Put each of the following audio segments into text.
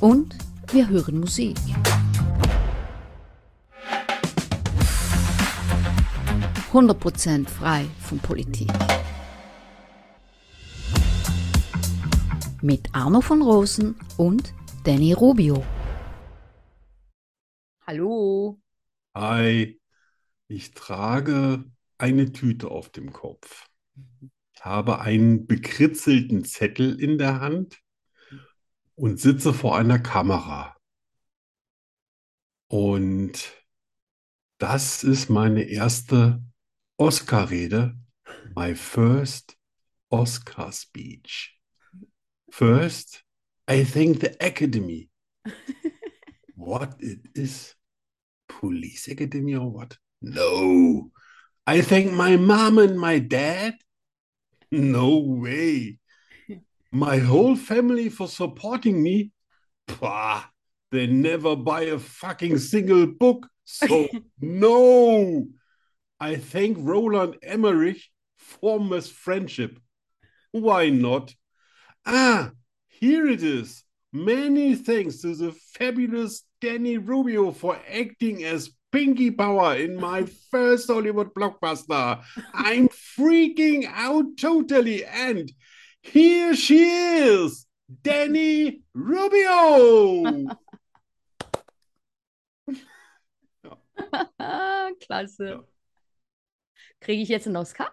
und wir hören Musik. Prozent frei von Politik. Mit Arno von Rosen und Danny Rubio. Hallo. Hi, ich trage eine Tüte auf dem Kopf, habe einen bekritzelten Zettel in der Hand und sitze vor einer Kamera. Und das ist meine erste Oscar-Rede, my first Oscar speech. First, I thank the Academy. What it is? Police Academy or what? No. I thank my mom and my dad. No way. My whole family for supporting me. Pah, they never buy a fucking single book. So, no. I thank Roland Emmerich for his friendship. Why not? Ah, here it is. Many thanks to the fabulous Danny Rubio for acting as Pinky Power in my first Hollywood blockbuster. I'm freaking out totally. And here she is, Danny Rubio. Ah, Klasse. Ja. Kriege ich jetzt einen Oscar?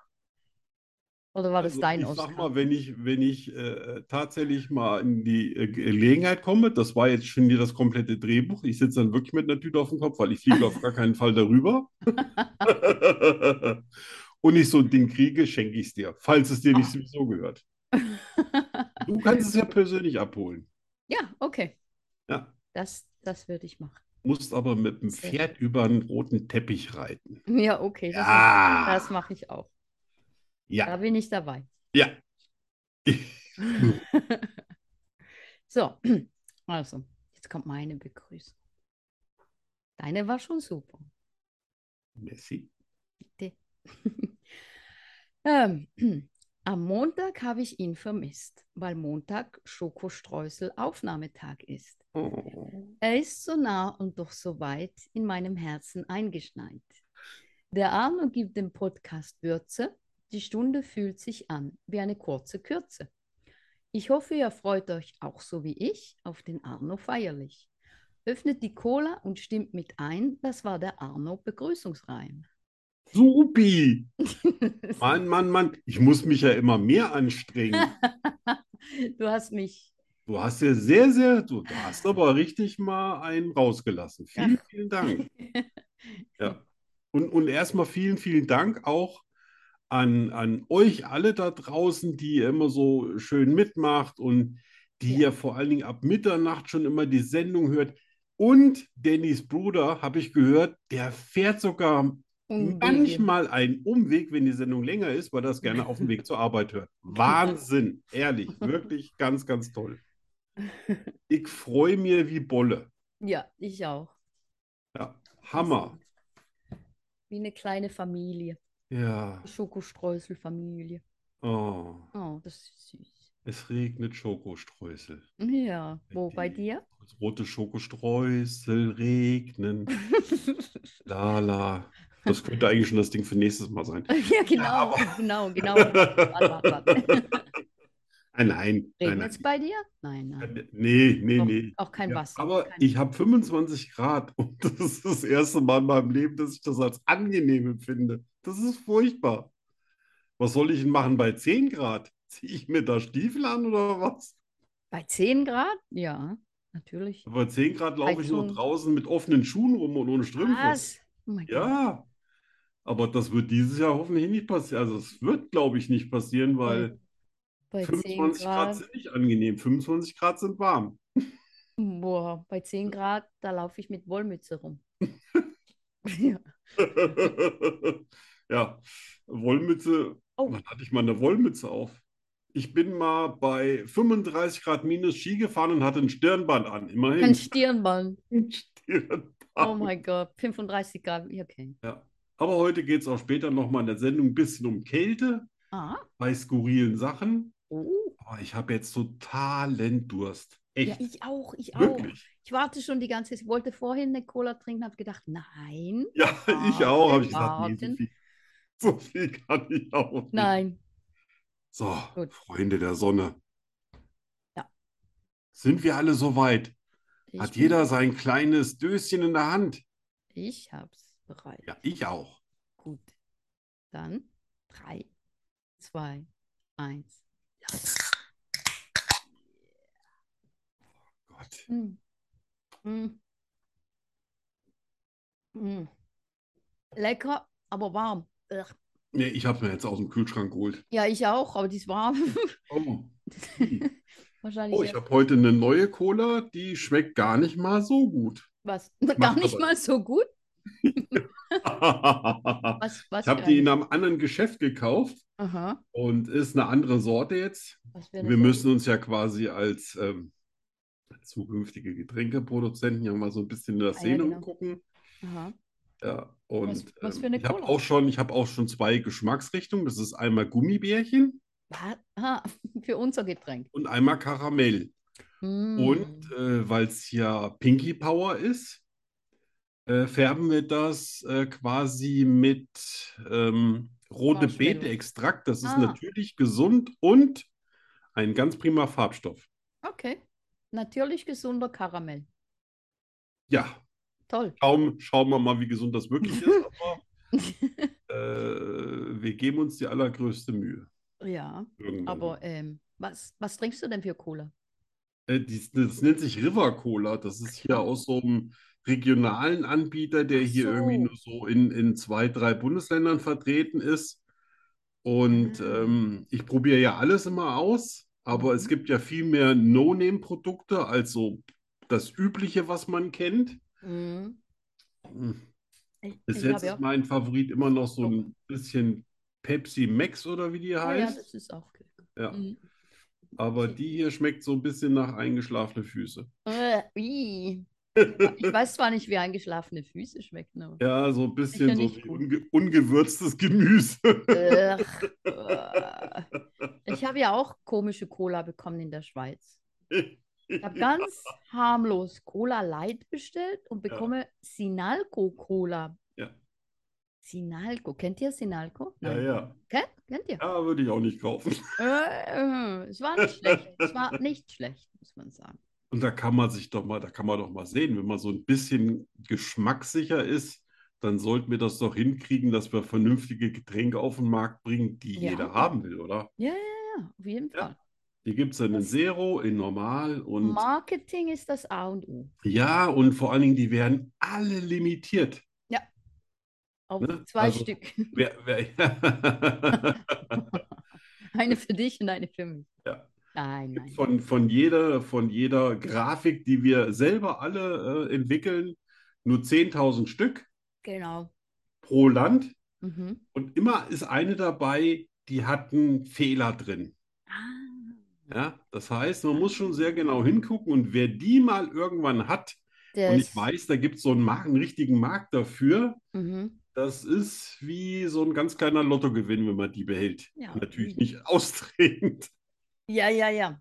Oder war das Also, dein ich Oscar? sag mal, wenn ich, wenn ich äh, tatsächlich mal in die äh, Gelegenheit komme, das war jetzt schon hier das komplette Drehbuch, ich sitze dann wirklich mit einer Tüte auf dem Kopf, weil ich fliege auf gar keinen Fall darüber. Und ich so ein Ding kriege, schenke ich es dir, falls es dir Ah. nicht sowieso gehört. Du kannst es ja persönlich abholen, ja, okay. Ja. Das, das würde ich machen. musst aber mit dem Sehr Pferd über einen roten Teppich reiten. Ja, okay. Das mache ich, Ja, das mache ich auch. Da ja, bin ich dabei. ja. So, also, jetzt kommt meine Begrüßung. Deine war schon super. Messi. Ähm, am Montag habe ich ihn vermisst, weil Montag Schokostreusel Aufnahmetag ist. Oh. Er ist so nah und doch so weit in meinem Herzen eingeschneit. Der Arno gibt dem Podcast Würze. Die Stunde fühlt sich an wie eine kurze Kürze. Ich hoffe, ihr freut euch auch so wie ich auf den Arno feierlich. Öffnet die Cola und stimmt mit ein. Das war der Arno Begrüßungsreim. Supi! Mann, Mann, Mann, ich muss mich ja immer mehr anstrengen. Du hast mich. Du hast ja sehr, sehr, du, du hast aber richtig mal einen rausgelassen. Vielen, vielen Dank. Ja. Und, und erstmal vielen, vielen Dank auch an, an euch alle da draußen, die ihr immer so schön mitmacht und die ja. vor allen Dingen ab Mitternacht schon immer die Sendung hört. Und Dannys Bruder, habe ich gehört, der fährt sogar Umwege. manchmal ein Umweg, wenn die Sendung länger ist, weil das gerne auf dem Weg zur Arbeit hört. Wahnsinn, ehrlich, wirklich ganz, ganz toll. Ich freue mich wie Bolle. Ja, ich auch. Ja, Hammer. Wie eine kleine Familie. Ja, Schokostreusel-Familie. oh, Oh, das ist süß. es regnet Schokostreusel. Ja, wo bei Die- dir? Rote Schokostreusel regnen. Lala. Das könnte eigentlich schon das Ding für nächstes Mal sein. Ja, genau, aber- genau, genau. Warte, warte, warte. Ah, nein, nein, Regnet es nein. bei dir? Nein, nein. Nee, nee, Auch, nee. auch kein Ja, Wasser. aber kein... ich habe 25 Grad und das ist das erste Mal in meinem Leben, dass ich das als angenehm empfinde. Das ist furchtbar. Was soll ich denn machen bei 10 Grad? Ziehe ich mir da Stiefel an oder was? Bei 10 Grad? Ja, natürlich. Bei 10 Grad laufe ich noch Heizung. draußen mit offenen Schuhen rum und ohne Strümpfe. Was? Oh mein Gott. Ja, aber das wird dieses Jahr hoffentlich nicht passieren. Also es wird, glaube ich, nicht passieren, weil Bei 10 25 Grad sind nicht angenehm, 25 Grad sind warm. boah, bei 10 Grad, da laufe ich mit Wollmütze rum. ja. ja, Wollmütze, Oh. wann hatte ich mal eine Wollmütze auf? Ich bin mal bei 35 Grad minus Ski gefahren und hatte ein Stirnband an, immerhin. Ein Stirnband. Ein Stirnband. Oh mein Gott, 35 Grad. ja, Okay. Aber heute geht es auch später nochmal in der Sendung ein bisschen um Kälte Ah, bei skurrilen Sachen. oh. Aber ich habe jetzt totalen Durst. Ja, Echt, ich auch, ich auch. wirklich. Ich warte schon die ganze Zeit. Ich wollte vorhin eine Cola trinken, habe gedacht, nein, Ja, ich Ah, auch, habe ich gesagt, Warten, nee, so viel, so viel kann ich auch nicht. nein. So, Gut. Freunde der Sonne. Ja. Sind wir alle soweit? Ich Hat bin- jeder sein kleines Döschen in der Hand? Ich hab's bereit. Ja, ich auch. Gut. Dann drei, zwei, eins. Gott. Mm. Mm. Mm. Lecker, aber warm. Ugh. Nee, ich habe mir jetzt aus dem Kühlschrank geholt. Ja, ich auch, aber die ist warm. Oh, Wahrscheinlich oh ich erst habe heute eine neue Cola, die schmeckt gar nicht mal so gut. was. Gar mach nicht aber. mal so gut. ich habe Was, was für eine- die in einem anderen Geschäft gekauft Aha. und ist eine andere Sorte jetzt. Was für eine Wir Sorte? müssen uns ja quasi als ähm, zukünftige Getränkeproduzenten ja mal so ein bisschen in der ja, Szene genau. umgucken. Aha. Ja, und was ähm, für eine ich habe Cola? auch schon, ich habe auch schon zwei Geschmacksrichtungen. Das ist einmal Gummibärchen Wa- Ah, für unser Getränk. und einmal Karamell. Mm. Und äh, weil es ja Pinky Power ist, äh, färben wir das äh, quasi mit ähm, rote Marshmallows. Beete-Extrakt. Das ist Ah. natürlich gesund und ein ganz prima Farbstoff. Okay. Natürlich gesunder Karamell. Ja, Toll. schauen, schauen wir mal, wie gesund das wirklich ist. Aber äh, wir geben uns die allergrößte Mühe. Ja, Irgendwann. aber ähm, was, was trinkst du denn für Cola? Äh, dies- Das nennt sich River Cola. Das ist hier aus so einem regionalen Anbieter, der Ach hier so. irgendwie nur so in, in zwei, drei Bundesländern vertreten ist. Und Ah. ähm, ich probiere ja alles immer aus, aber es Mhm. gibt ja viel mehr No-Name-Produkte als so das Übliche, was man kennt. Mhm. Hm. Ich, Bis ich jetzt habe ist ja. mein Favorit immer noch so ein bisschen Pepsi Max oder wie die Ah ja, heißt. das ist auch lecker. Ja, Mhm. aber die hier schmeckt so ein bisschen nach eingeschlafene Füße. Äh, ii. Ich weiß zwar nicht, wie eingeschlafene Füße schmecken, aber. Ja, so ein bisschen Sicher so nicht wie gut. unge ungewürztes Gemüse. Ach, äh. ich habe ja auch komische Cola bekommen in der Schweiz. Ich habe ganz harmlos Cola Light bestellt und bekomme Sinalco Cola. Ja. Sinalco, kennt ihr Sinalco? Ja, ja. Kennt, kennt ihr? Ja, würde ich auch nicht kaufen. Äh, äh, es war nicht schlecht. Es war nicht schlecht, muss man sagen. Und da kann man sich doch mal, da kann man doch mal sehen, wenn man so ein bisschen geschmackssicher ist, dann sollten wir das doch hinkriegen, dass wir vernünftige Getränke auf den Markt bringen, die Ja. jeder haben will, oder? Ja, ja, ja, auf jeden Ja. Fall. Die gibt es dann in Das- Zero, in Normal und Marketing ist das A und O. ja, und vor allen Dingen, die werden alle limitiert. Auf Ne? zwei Also- Stück. Wer, wer, Eine für dich und eine für mich. Ja. Nein, nein. von, von jeder, von jeder Grafik, die wir selber alle äh, entwickeln, nur 10.000 Stück Genau. pro Land. Mhm. Und immer ist eine dabei, die hat einen Fehler drin. Ah, Ja? Das heißt, man muss schon sehr genau hingucken und wer die mal irgendwann hat, und ich das- weiß, da gibt es so einen, Markt, einen richtigen Markt dafür, Mhm. das ist wie so ein ganz kleiner Lottogewinn, wenn man die behält. Ja. Natürlich nicht austretend. Ja, ja, ja.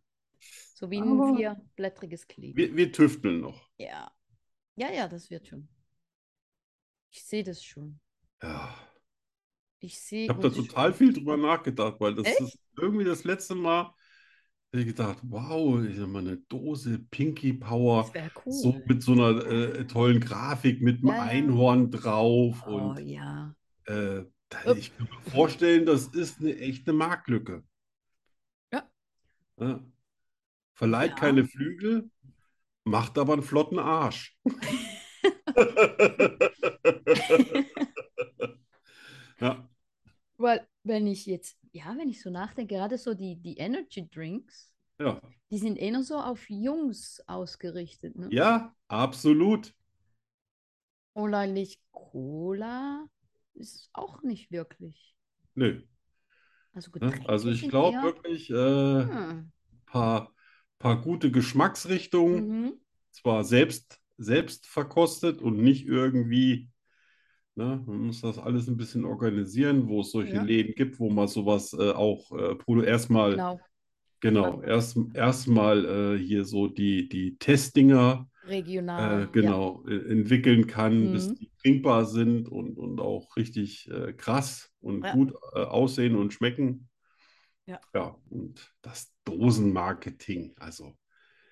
So wie ein Aber- vierblättriges Kleid. Wir, wir tüfteln noch. Ja. Ja, ja, das wird schon. Ich sehe das schon. Ja. Ich sehe Ich habe da uns total schon. viel drüber nachgedacht, weil das Echt? ist irgendwie das letzte Mal, hab ich gedacht, wow, ich sag mal, eine Dose Pinky Power. Das wäre So cool. mit so einer äh, tollen Grafik mit einem Ja, ja. Einhorn drauf. Oh Und ja. äh, da, ich kann mir vorstellen, das ist eine echte Marktlücke. Ja. Ja. Verleiht Ja. keine Flügel, macht aber einen flotten Arsch. ja, Weil wenn ich jetzt, ja, wenn ich so nachdenke, gerade so die, die Energy Drinks, Ja, die sind eher so auf Jungs ausgerichtet, ne? ja, absolut. Oder nicht Cola ist auch nicht wirklich. Nö. Also Ne? Getränke Also ich sind glaube eher, wirklich, äh, hm, paar, paar gute Geschmacksrichtungen, mhm. zwar selbst, selbst verkostet und nicht irgendwie, ne, man muss das alles ein bisschen organisieren, wo es solche Ja. Läden gibt, wo man sowas äh, auch äh, produ- erstmal, Genau, genau, erst, erstmal äh, hier so die, die Testdinger äh, regional, Ah, ja. genau äh, entwickeln kann, bis Mhm. die trinkbar sind und, und auch richtig äh, krass und Ja. gut äh, aussehen und schmecken. Ja. Ja, und das Dosenmarketing, also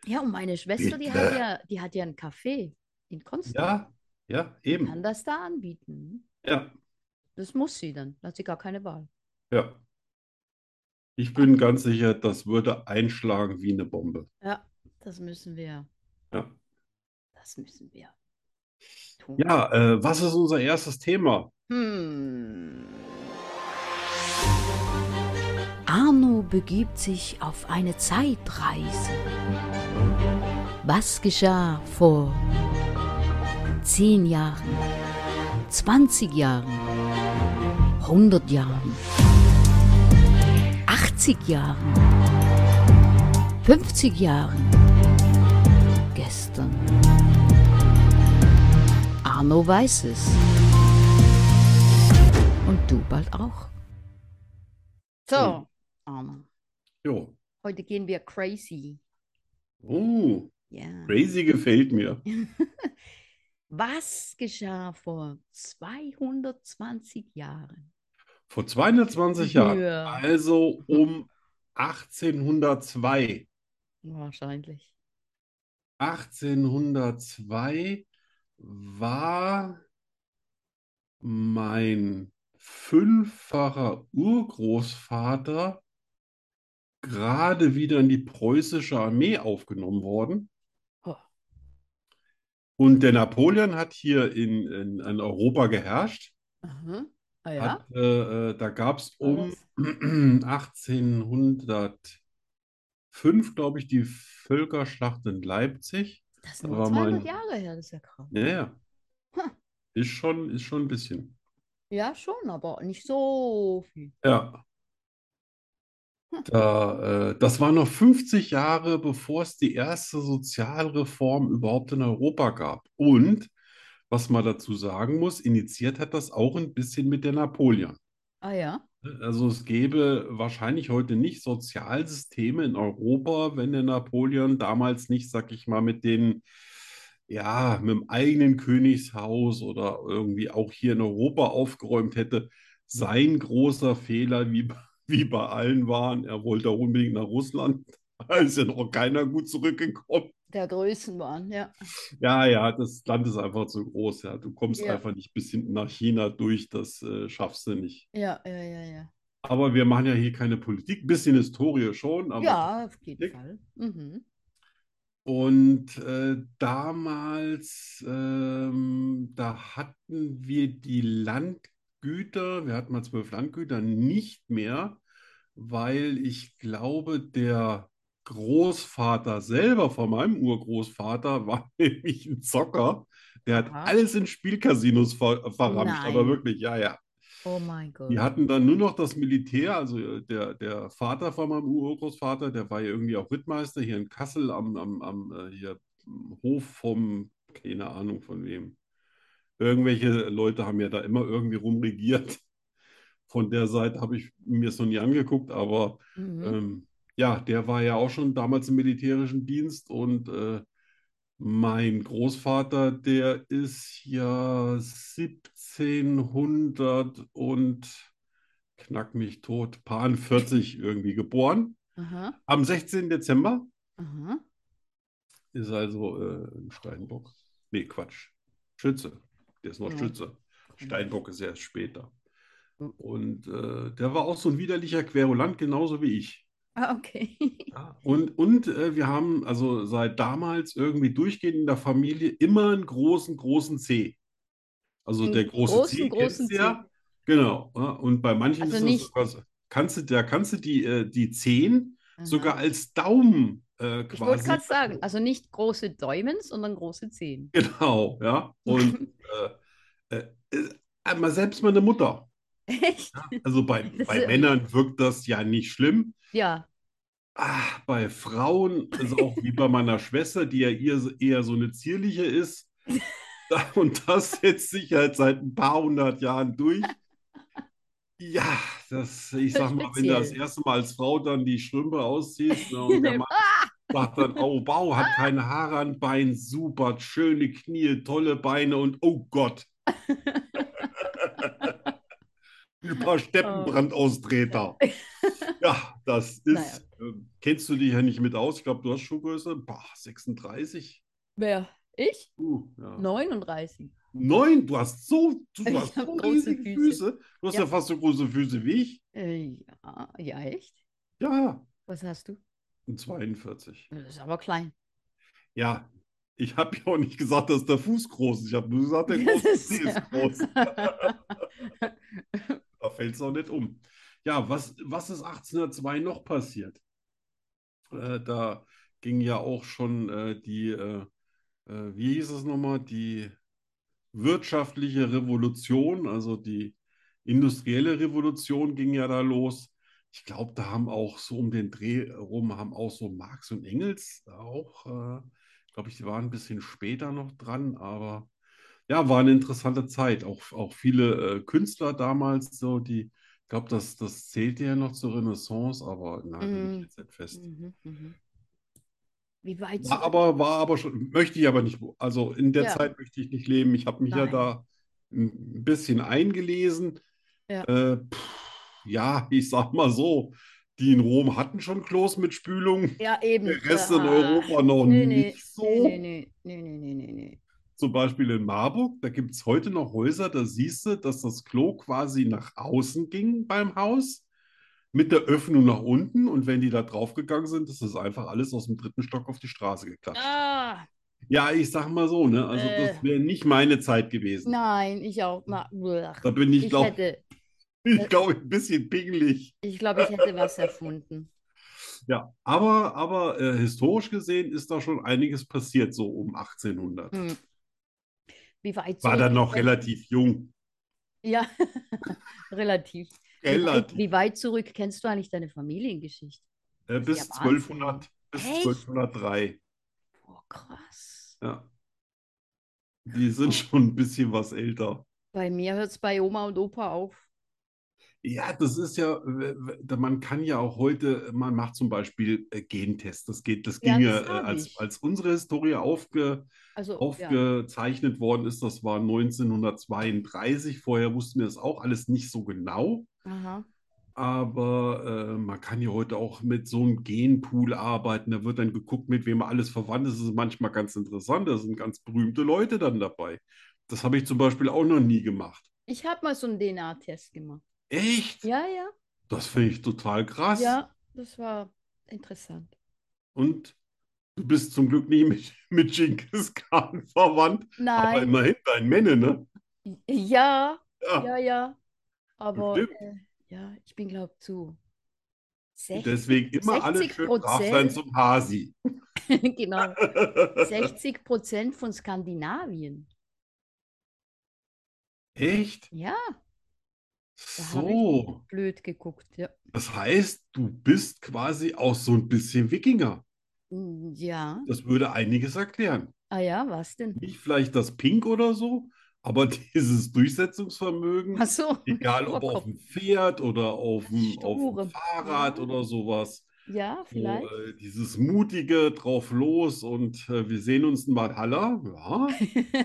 Ja, und meine Schwester, die hat Bitte. ja, die hat ja einen Café in Konstanz. ja, ja, Die eben. kann das da anbieten. Ja, Das muss sie dann. Da hat sie gar keine Wahl. ja. Ich bin ganz sicher, das würde einschlagen wie eine Bombe. Ja, das müssen wir, Ja, das müssen wir tun. ja äh, was ist unser erstes Thema? Hm. Arno begibt sich auf eine Zeitreise. Was geschah vor 10 Jahren, 20 Jahren, 100 Jahren, 80 Jahren, 50 Jahren, gestern? Arno weiß es. Und du bald auch. Hm. So, Arno, Jo. heute gehen wir crazy. Oh, Ja. crazy gefällt mir. Was geschah vor 220 Jahren? Vor 220 Jahren, Ja. also um 1802. Wahrscheinlich. 1802 war mein fünffacher Urgroßvater gerade wieder in die preußische Armee aufgenommen worden. Oh. Und der Napoleon hat hier in, in, in Europa geherrscht. Aha. Ah ja. Hat, äh, äh, da gab es War um 1805, glaube ich, die Völkerschlacht in Leipzig. Das ist da nur war 200 mein- Jahre her, das ist ja krass. Ja, ja. Ha. Ist schon, ist schon ein bisschen. Ja, schon, aber nicht so viel. Ja. Hm. Da, äh, das war noch 50 Jahre, bevor es die erste Sozialreform überhaupt in Europa gab. Und, was man dazu sagen muss, initiiert hat das auch ein bisschen mit der Napoleon. Ah ja. Also es gäbe wahrscheinlich heute nicht Sozialsysteme in Europa, wenn der Napoleon damals nicht, sag ich mal, mit den, ja, mit dem eigenen Königshaus oder irgendwie auch hier in Europa aufgeräumt hätte. Sein großer Fehler, wie, wie bei allen waren, er wollte auch unbedingt nach Russland. Da ist ja noch keiner gut zurückgekommen. Der Größenwahn, ja. Ja, ja, das Land ist einfach zu groß. Ja. Du kommst Ja. einfach nicht bis hinten nach China durch, das äh, schaffst du nicht. Ja, ja, ja, ja. Aber wir machen ja hier keine Politik, bisschen Historie schon, aber Ja, auf jeden Dick. Fall. Mhm. und äh, damals, ähm, da hatten wir die Landgüter, wir hatten mal zwölf Landgüter, nicht mehr, weil ich glaube, der Großvater selber von meinem Urgroßvater war nämlich ein Zocker. Der hat Aha. alles in Spielcasinos ver verramscht, aber Nein. wirklich, ja, ja. Oh mein Gott. Die hatten dann nur noch das Militär, also äh, der, der Vater von meinem Urgroßvater, der war ja irgendwie auch Rittmeister hier in Kassel am, am, am äh, hier, m, Hof vom, keine Ahnung von wem. Irgendwelche Leute haben ja da immer irgendwie rumregiert. Von der Seite habe ich mir es noch nie angeguckt, aber Mhm. ähm, ja, der war ja auch schon damals im militärischen Dienst und äh, mein Großvater, der ist ja 1700 und knack mich tot, paar 40 irgendwie geboren. Aha, Am 16. Dezember aha. ist also äh, ein Steinbock. Nee, Quatsch. Schütze. Der ist noch Ja. Schütze. Steinbock ist erst später. Hm. Und äh, der war auch so ein widerlicher Querulant, genauso wie ich. Ah, okay. Ja, Und, und äh, wir haben also seit damals irgendwie durchgehend in der Familie immer einen großen, großen C. Also Einen der große großen, C großen kennst du ja. Genau. ja, Und bei manchen Also ist das nicht- sogar so. Kannst du, da kannst du die, äh, die Zehen Aha. sogar als Daumen äh, Mhm. Ich wollte quasi. gerade sagen, also nicht große Däumen, sondern große Zehen. Genau, ja. Und äh, äh, äh, mal selbst meine Mutter. Echt? Also bei, Das bei ist- Männern wirkt das ja nicht schlimm. Ja, Ah, bei Frauen, also auch wie bei meiner Schwester, die ja eher, eher so eine zierliche ist. Und das setzt sich halt seit ein paar hundert Jahren durch. Ja, das, ich sag mal, wenn du das Speziell. erste Mal als Frau dann die Strümpfe ausziehst, ne, und der Mann Ah, sagt dann, oh wow, hat keine Haare an Beinen, super, schöne Knie, tolle Beine und oh Gott. Ein paar Steppenbrandaustreter. Oh. Ja, das ist, Naja. ähm, kennst du dich ja nicht mit aus. Ich glaube, du hast Schuhgröße, boah, 36. wer? Ich? Uh, ja. 39. Neun, du hast so, du Ich hast hab so große riesige Füße. Füße. Du hast ja Ja. fast so große Füße wie ich. Äh, ja, ja, echt? Ja, Was hast du? und 42. Das ist aber klein. Ja, ich habe ja auch nicht gesagt, dass der Fuß groß ist. Ich habe nur gesagt, der Das große ist Zeh ja- ist groß. Da fällt es auch nicht um. Ja, was, was ist 1802 noch passiert? Äh, da ging ja auch schon äh, die, äh, äh, wie hieß es nochmal, die wirtschaftliche Revolution, also die industrielle Revolution ging ja da los. Ich glaube, da haben auch so um den Dreh rum, haben auch so Marx und Engels auch, äh, glaube ich, die waren ein bisschen später noch dran, aber ja, war eine interessante Zeit. Auch, auch viele äh, Künstler damals, so die, ich glaube, das, das zählte ja noch zur Renaissance, aber nagel mich Mm. jetzt nicht fest. Mhm, mhm. Wie weit War zurück? aber, war aber schon, möchte ich aber nicht, also in der Ja. Zeit möchte ich nicht leben. Ich habe mich ja Nein. da ein bisschen eingelesen. Ja. Äh, pff, ja, ich sag mal so, die in Rom hatten schon Klos mit Spülung, Ja, eben. der Rest in Ah. Europa noch Nee, nee, nicht so. nee, nee, nee, nee, nee, nee, nee. Zum Beispiel in Marburg, da gibt es heute noch Häuser, da siehst du, dass das Klo quasi nach außen ging beim Haus, mit der Öffnung nach unten. Und wenn die da draufgegangen sind, das ist einfach alles aus dem dritten Stock auf die Straße geklatscht. Ah, Ja, ich sag mal so, ne? Also Äh. das wäre nicht meine Zeit gewesen. nein, ich auch. Na, Da blech. bin ich, Ich glaube hätte, ich, glaub, ein bisschen pingelig. ich glaube, ich hätte was erfunden. Ja, aber, aber äh, historisch gesehen ist da schon einiges passiert, so um 1800. Hm. Wie weit War zurück da ist noch denn- relativ jung. Ja, relativ. Wie weit- Relativ. Wie weit zurück kennst du eigentlich deine Familiengeschichte? Äh, bis Ja, Wahnsinn. 1200, bis Echt? 1203. Boah, krass. Ja. Die Oh. sind schon ein bisschen was älter. Bei mir hört es bei Oma und Opa auf. Ja, das ist ja, w- w- man kann ja auch heute, man macht zum Beispiel äh, Gentests. Das geht, das Ja, ging das ja, äh, hab als, ich. als unsere Historie aufge, Also, ja. aufgezeichnet worden ist, das war 1932. Vorher wussten wir das auch alles nicht so genau. Aha. Aber äh, man kann ja heute auch mit so einem Genpool arbeiten. Da wird dann geguckt, mit wem man alles verwandt ist. Das ist manchmal ganz interessant. Da sind ganz berühmte Leute dann dabei. Das habe ich zum Beispiel auch noch nie gemacht. Ich habe mal so einen DNA-Test gemacht. Echt? Ja, ja. Das finde ich total krass. Ja, das war interessant. Und du bist zum Glück nicht mit, mit Genghis Khan verwandt. Aber Nein. immerhin dein Männer, ne? Ja, Ja. ja, ja. Aber Bestimmt. äh, ja, ich bin, glaube zu Und 60, Deswegen immer alle schön brav sein 60%. zum Hasi. genau, 60 Prozent von Skandinavien. Echt? Ja, da habe So. ich blöd geguckt. Ja. Das heißt, du bist quasi auch so ein bisschen Wikinger. Mm, ja, Das würde einiges erklären. ah ja, was denn? Nicht vielleicht das Pink oder so, aber dieses Durchsetzungsvermögen, Ach so, egal ob auf Vorkopf. dem Pferd oder auf dem, Hm, auf Sture. dem Fahrrad Ja. oder sowas. Ja, So, vielleicht. äh, dieses mutige drauf los und äh, wir sehen uns in Valhalla. Ja,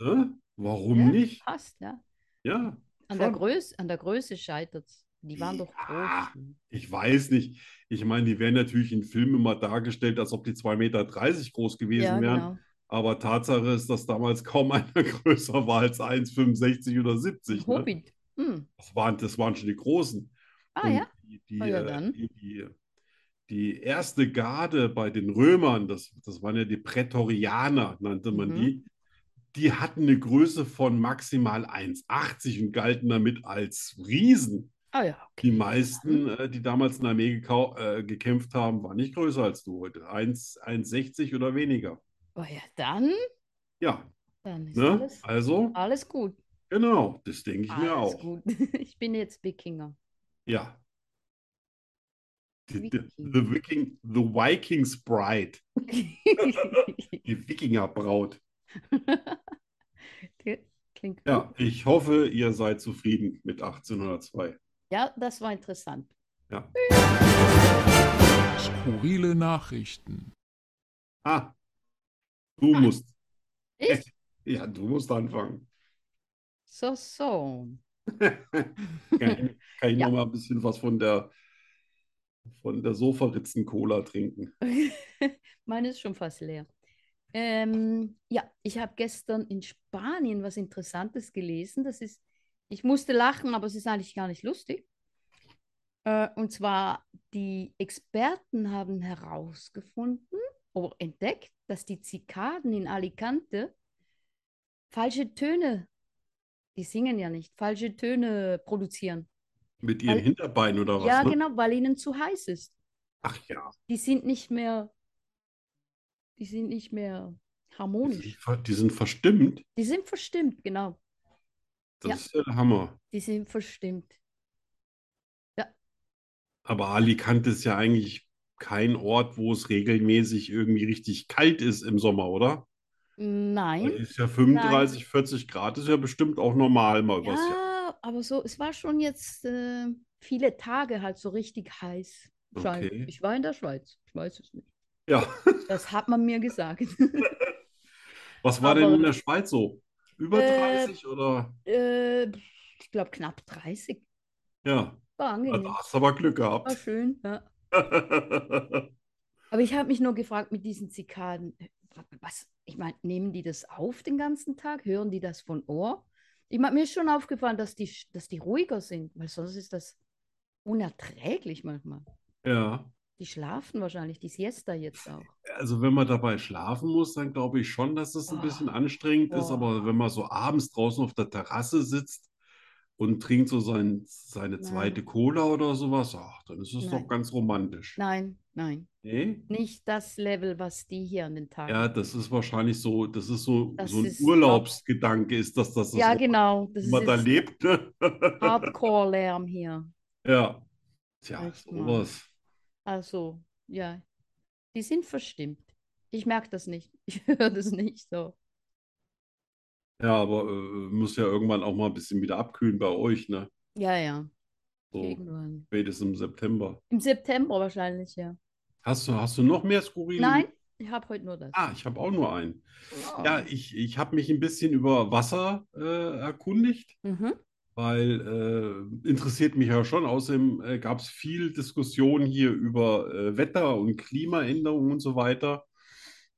ne? Warum Ja. nicht? Passt, ja. Ja, An der Schon. Größe, an der Größe scheitert es. Die waren doch Ja. groß. ne? ich weiß nicht. Ich meine, die werden natürlich in Filmen immer dargestellt, als ob die 2,30 Meter groß gewesen Ja, wären. genau. Aber Tatsache ist, dass damals kaum einer größer war als 1,65 oder 70. Ne? Hobbit. Hm. Das waren, das waren schon die Großen. Ah Und ja, die, die, Ah, ja, äh, dann. die, die, die erste Garde bei den Römern, das, das waren ja die Prätorianer, nannte man Mhm. die. die hatten eine Größe von maximal 1,80 und galten damit als Riesen. Ah ja, Die okay. meisten, äh, die damals in der Armee gekau- äh, gekämpft haben, waren nicht größer als du heute. 1 1,60 oder weniger. Oh ja, dann, Ja, dann ist ne? alles, Also, alles gut. genau, das denke ich mir Alles auch. gut. Ich bin jetzt Wikinger. Ja. Die, die, Viking. the Viking, the Vikings Bride, die Wikingerbraut. Klingt gut. Ja, ich hoffe, ihr seid zufrieden mit 1802. Ja, das war interessant. Ja. Skurrile Nachrichten. Ah, du musst. Ich? Ja, du musst anfangen. So, so. Kann ich, kann ich Ja. noch mal ein bisschen was von der, von der Sofaritzen-Cola trinken? Meine ist schon fast leer. Ähm, ja, ich habe gestern in Spanien was Interessantes gelesen. Das ist, ich musste lachen, aber es ist eigentlich gar nicht lustig. Äh, und zwar, die Experten haben herausgefunden oder entdeckt, dass die Zikaden in Alicante falsche Töne, die singen ja nicht, falsche Töne produzieren. Mit ihren Weil- Hinterbeinen oder was? Ja, ne? genau, weil ihnen zu heiß ist. Ach ja, die sind nicht mehr, die sind nicht mehr die sind, harmonisch. ver- die sind verstimmt. Die sind verstimmt, genau. Das Ja. ist ja der Hammer. Die sind verstimmt. Aber Alicante ist ja eigentlich kein Ort, wo es regelmäßig irgendwie richtig kalt ist im Sommer, oder? Da Nein. ist ja 35, 40 Grad, ist ja bestimmt auch normal mal übers Jahr. Ja, Ah, aber so, es war schon jetzt äh, viele Tage halt so richtig heiß. Scheint. Okay. Ich war in der Schweiz. Ich weiß es nicht. Ja, Das hat man mir gesagt. was war denn Aber- in der Schweiz so? Über Äh, 30 oder? äh, ich glaube knapp 30. Ja, War da angenehm. hast du aber Glück War gehabt. schön. Ja. Aber ich habe mich nur gefragt mit diesen Zikaden, äh, was, ich meine, nehmen die das auf den ganzen Tag? Hören die das von Ohr? Ich meine, mir ist schon aufgefallen, dass die, sch- dass die ruhiger sind, weil sonst ist das unerträglich manchmal. Ja, Die schlafen wahrscheinlich, die Siesta jetzt auch. also wenn man dabei schlafen muss, dann glaube ich schon, dass es ein Oh. bisschen anstrengend ist. Oh. Aber wenn man so abends draußen auf der Terrasse sitzt und trinkt so sein, seine Nein. zweite Cola oder sowas, ach, dann ist es doch Nein. ganz romantisch. Nein, nein, Nee? nicht das Level, was die hier an den Tag Ja, haben. das ist wahrscheinlich so, das ist so, Das so ein ist- Urlaubsgedanke ist, dass das das Ja, Ort- genau, das wo ist man da jetzt lebt. ne? Hardcore-Lärm hier. Ja. Tja, Echt mal. sowas. Also, ja, die sind verstimmt. Ich merke das nicht. Ich höre das nicht so. Ja, aber äh, muss ja irgendwann auch mal ein bisschen wieder abkühlen bei euch, ne? Ja, ja, So irgendwann. spätestens im September. Im September wahrscheinlich, ja. Hast du, hast du noch mehr skurrile? Nein, ich habe heute nur das. Hm. Ah, ich habe auch nur einen. Oh. Ja, ich, ich habe mich ein bisschen über Wasser äh, erkundigt, Mhm. weil äh, interessiert mich ja schon. Außerdem äh, gab es viel Diskussion hier über äh, Wetter und Klimaänderungen und so weiter.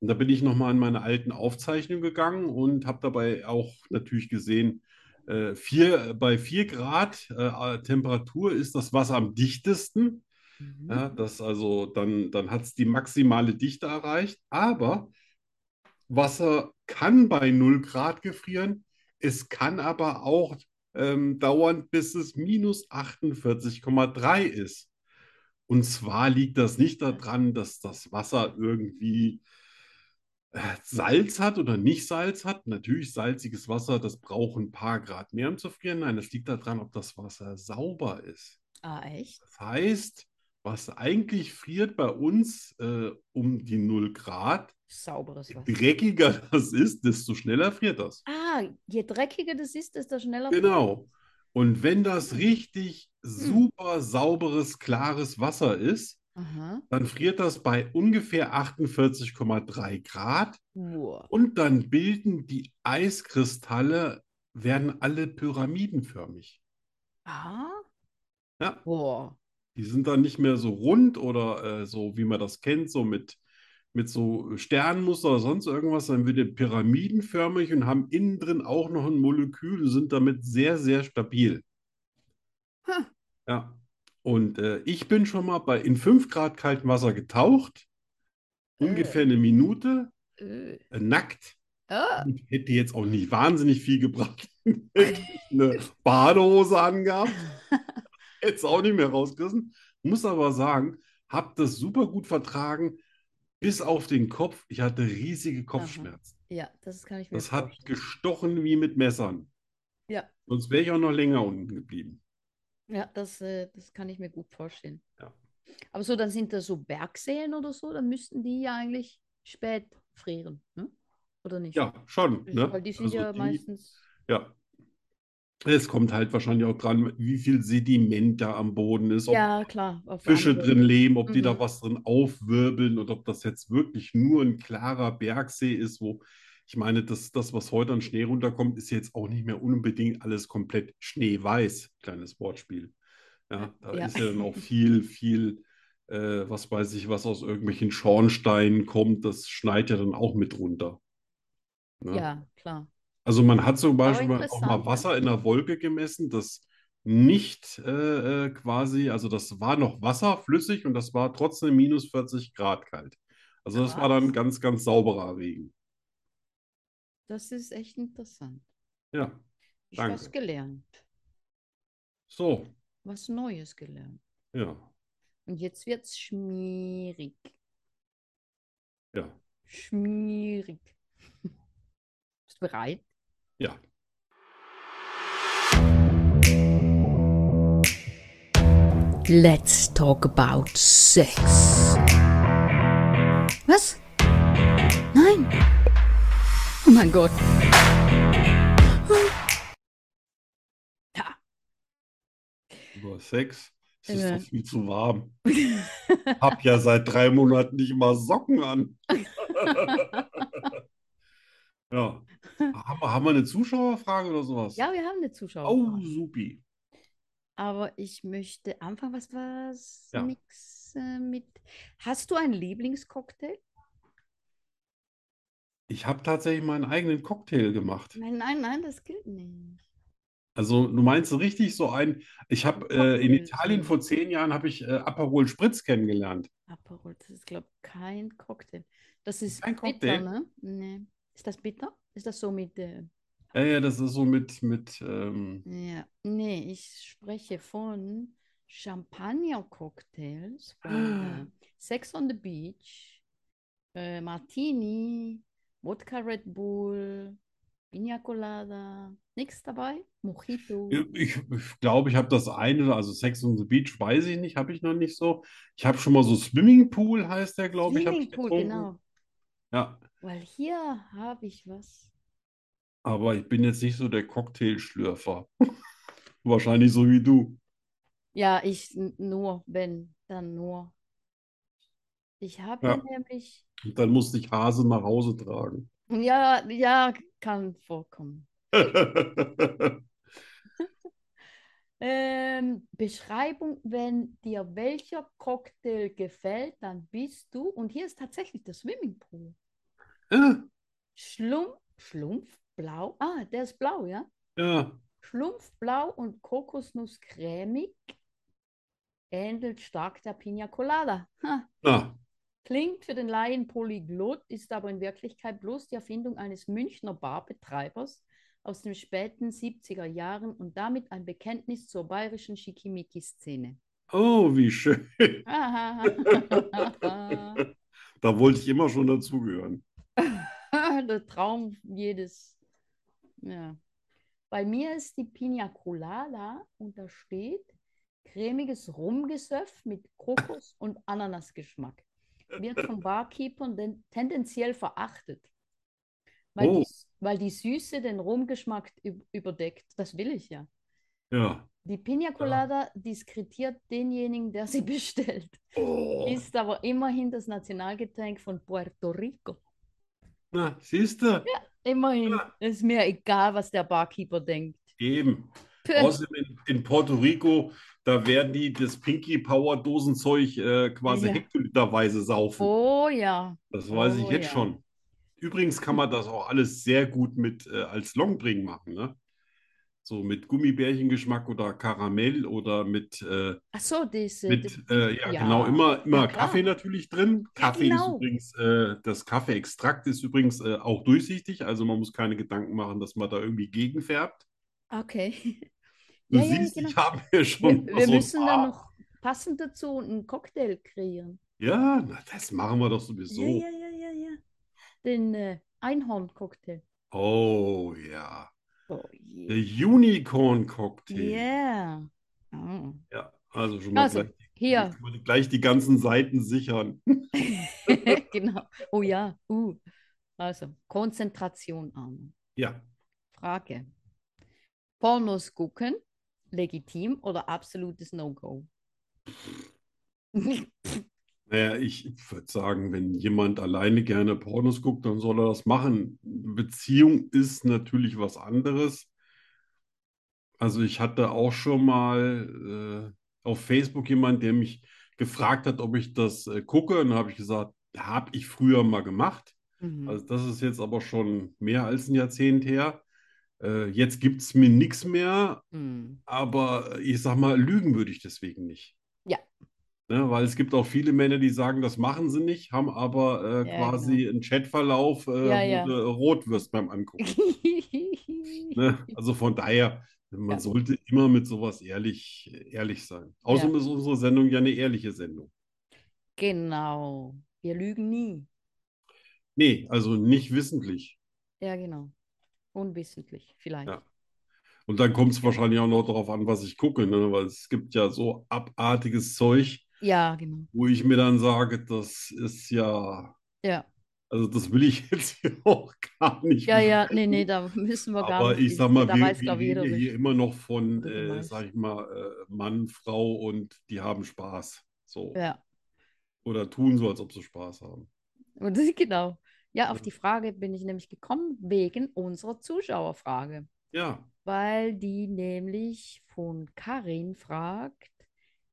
Und da bin ich nochmal an meine alten Aufzeichnungen gegangen und habe dabei auch natürlich gesehen, äh, vier, bei 4 Grad äh, Temperatur ist das Wasser am dichtesten. Mhm. Ja, das also, dann, dann hat es die maximale Dichte erreicht. Aber Wasser kann bei 0 Grad gefrieren. Es kann aber auch ähm, dauern, bis es minus 48,3 ist. Und zwar liegt das nicht daran, dass das Wasser irgendwie äh, Salz hat oder nicht Salz hat. Natürlich, salziges Wasser, das braucht ein paar Grad mehr, um zu frieren. Nein, das liegt daran, ob das Wasser sauber ist. Ah, echt? Das heißt, was eigentlich friert bei uns äh, um die 0 Grad, Sauberes je Wasser. dreckiger das ist, desto schneller friert das. Ah, je dreckiger das ist, desto schneller. Genau. Und wenn das richtig super sauberes, klares Wasser ist, Aha. dann friert das bei ungefähr 48,3 Grad Wow. und dann bilden die Eiskristalle, werden alle pyramidenförmig. Ah. Ja. Wow. Die sind dann nicht mehr so rund oder äh, so, wie man das kennt, so mit, mit so Sternmuster oder sonst irgendwas, dann wird die pyramidenförmig und haben innen drin auch noch ein Molekül und sind damit sehr, sehr stabil. Hm. Ja. Und äh, ich bin schon mal bei in 5 Grad kaltem Wasser getaucht, ungefähr eine Minute, Äh, äh, nackt, Ah, Ich hätte jetzt auch nicht wahnsinnig viel gebracht. Hätte ich eine Badehose angehabt. Hätte es auch nicht mehr rausgerissen. Muss aber sagen, habe das super gut vertragen, bis auf den Kopf. Ich hatte riesige Kopfschmerzen. ja, das kann ich mir Das hat vorstellen. gestochen wie mit Messern. Ja. Sonst wäre ich auch noch länger unten geblieben. Ja, das, äh, das kann ich mir gut vorstellen. Ja. Aber so, dann sind das so Bergseen oder so, dann müssten die ja eigentlich spät frieren, ne? Oder nicht? Äh, Ja, schon. Ne? Weil die sind Also ja die- meistens. Ja. Es kommt halt wahrscheinlich auch dran, wie viel Sediment da am Boden ist, ob Ja, klar. Auf Fische andere- drin leben, ob die da Mhm. was drin aufwirbeln und ob das jetzt wirklich nur ein klarer Bergsee ist, wo ich meine, das, das, was heute an Schnee runterkommt, ist jetzt auch nicht mehr unbedingt alles komplett schneeweiß. Kleines Wortspiel. Ja, da Ja. ist ja dann auch viel, viel, äh, was weiß ich, was aus irgendwelchen Schornsteinen kommt, das schneit ja dann auch mit runter. Ne? Ja, klar. Also man hat zum Beispiel mal- auch interessant, mal ne? Wasser in der Wolke gemessen, das nicht äh, äh, quasi, also das war noch Wasser flüssig und das war trotzdem minus 40 Grad kalt. Also das war Krass. dann ganz, ganz sauberer Regen. Das ist echt interessant. Ja, Ich habe was Danke. gelernt. so, Was Neues gelernt. ja, Und jetzt wird's schmierig. ja, Schmierig. Bist du bereit? ja. Let's talk about sex. Was? Nein. Oh mein Gott. Über Sex, es ist Ja. doch viel zu warm. Hab ja seit drei Monaten nicht mal Socken an. Ja. Haben wir, haben wir eine Zuschauerfrage oder sowas? Ja, wir haben eine Zuschauer. Oh, supi. Aber ich möchte anfangen, was was Ja. nix äh, mit. Hast du einen Lieblingscocktail? Ich habe tatsächlich meinen eigenen Cocktail gemacht. Nein, nein, nein, das gilt nicht. Also du meinst so richtig so ein, ich habe äh, in Cocktail. Italien vor zehn Jahren habe ich äh, Aperol Spritz kennengelernt. Aperol, das ist, glaube ich, kein Cocktail. Das ist Kein bitter, Cocktail? ne? Nee. Ist das bitter? Ist das so mit. Äh, Ja, ja, das ist so mit, mit ähm, ja. Nee, ich spreche von Champagner-Cocktails, von äh, Sex on the Beach, äh, Martini, Wodka Red Bull, Piña Colada. Nichts dabei? Mojito. ich, ich glaube, ich habe das eine, oder- also Sex on the Beach weiß ich nicht, habe ich noch nicht so. Ich habe schon mal so Swimmingpool heißt der, glaube ich, habe ich Swimmingpool, getrunken. genau. Ja, Weil hier habe ich was. aber ich bin jetzt nicht so der Cocktailschlürfer. Wahrscheinlich so wie du. Ja, ich n- nur, wenn, dann nur. Ich habe Ja. nämlich, Und dann musste ich Hase nach Hause tragen. ja, ja, kann vorkommen. Ähm, Beschreibung, wenn dir welcher Cocktail gefällt, dann bist du, und hier ist tatsächlich der Swimmingpool. Ja, Schlumpf, Schlumpf, blau, ah, der ist blau, ja? ja. Schlumpfblau und Kokosnuss cremig, ähnelt stark der Piña Colada. Ha. Na, Klingt für den Laien polyglott, ist aber in Wirklichkeit bloß die Erfindung eines Münchner Barbetreibers aus den späten 70er Jahren und damit ein Bekenntnis zur bayerischen Schickimicki-Szene. oh, wie schön. Ah, Der Da wollte ich immer schon dazugehören. Traum jedes. Ja. Bei mir ist die Pina Colada und da steht cremiges Rumgesöff mit Kokos- und Ananasgeschmack. Wird von Barkeepern den, tendenziell verachtet, weil, Oh. die, weil die Süße den Rumgeschmack üb- überdeckt. Das will ich ja. Ja. Die Pina Colada diskretiert denjenigen, der sie bestellt. Oh. Ist aber immerhin das Nationalgetränk von Puerto Rico. Na, siehst du? Immerhin. Ist mir egal, was der Barkeeper denkt. Eben. Puh, Außerdem in, in Puerto Rico, da werden die das Pinky Power Dosenzeug äh, quasi Ja. hektoliterweise saufen. Oh ja. Das weiß ich Oh, jetzt ja. schon. Übrigens kann man das auch alles sehr gut mit äh, als Longdrink machen, ne? So mit Gummibärchengeschmack oder Karamell oder mit, äh, Ach so, diese, mit äh, ja, ja. genau, immer, immer Ja, klar. Kaffee natürlich drin. Ja, Kaffee genau. ist übrigens, äh, das Kaffeeextrakt ist übrigens äh, auch durchsichtig, also man muss keine Gedanken machen, dass man da irgendwie gegenfärbt. okay. Du Ja, ja, siehst, genau. ich habe ja schon Wir, wir so ein müssen dann paar- noch passend dazu einen Cocktail kreieren. Ja, na, das machen wir doch sowieso. Ja, ja, ja, ja, ja. Den äh, Einhorn-Cocktail. Oh ja. Oh, Der je. Unicorn-Cocktail. Yeah. Oh. Ja, also schon mal Also, gleich, hier. gleich die ganzen Seiten sichern. Genau. Oh ja. Uh. Also, Konzentration an. Ja. Frage. Pornos gucken, legitim oder absolutes No-Go? Naja, ich würde sagen, wenn jemand alleine gerne Pornos guckt, dann soll er das machen. Beziehung ist natürlich was anderes. Also ich hatte auch schon mal äh, auf Facebook jemand, der mich gefragt hat, ob ich das äh, gucke. Und dann habe ich gesagt, habe ich früher mal gemacht. Mhm. Also das ist jetzt aber schon mehr als ein Jahrzehnt her. Äh, jetzt gibt es mir nichts mehr, Mhm. aber ich sag mal, lügen würde ich deswegen nicht. Ja. Ne, weil es gibt auch viele Männer, die sagen, das machen sie nicht, haben aber äh, Ja, quasi einen Chatverlauf, äh, Ja, wo ja. du rot wirst beim Angucken. Ne? Also von daher, man Ja. sollte immer mit sowas ehrlich, ehrlich sein. Außerdem ist unsere Sendung ja eine ehrliche Sendung. Genau. Wir lügen nie. Nee, also nicht wissentlich. Ja, genau. Unwissentlich, vielleicht. Ja. Und dann kommt es wahrscheinlich auch noch darauf an, was ich gucke, ne? Weil es gibt ja so abartiges Zeug, Ja, genau. wo ich mir dann sage, das ist ja, Ja, also das will ich jetzt hier auch gar nicht ja, ja, nee, besprechen. nee, da müssen wir gar Aber nicht. ich sag mal, da wir, weiß, wir glaube ich, reden jeder, ja hier immer noch von, was du äh, meinst. sag ich mal, äh, Mann, Frau und die haben Spaß. So. Ja. Oder tun so, als ob sie Spaß haben. Und das, genau. Ja, auf Ja. die Frage bin ich nämlich gekommen wegen unserer Zuschauerfrage, Ja, weil die nämlich von Karin fragt,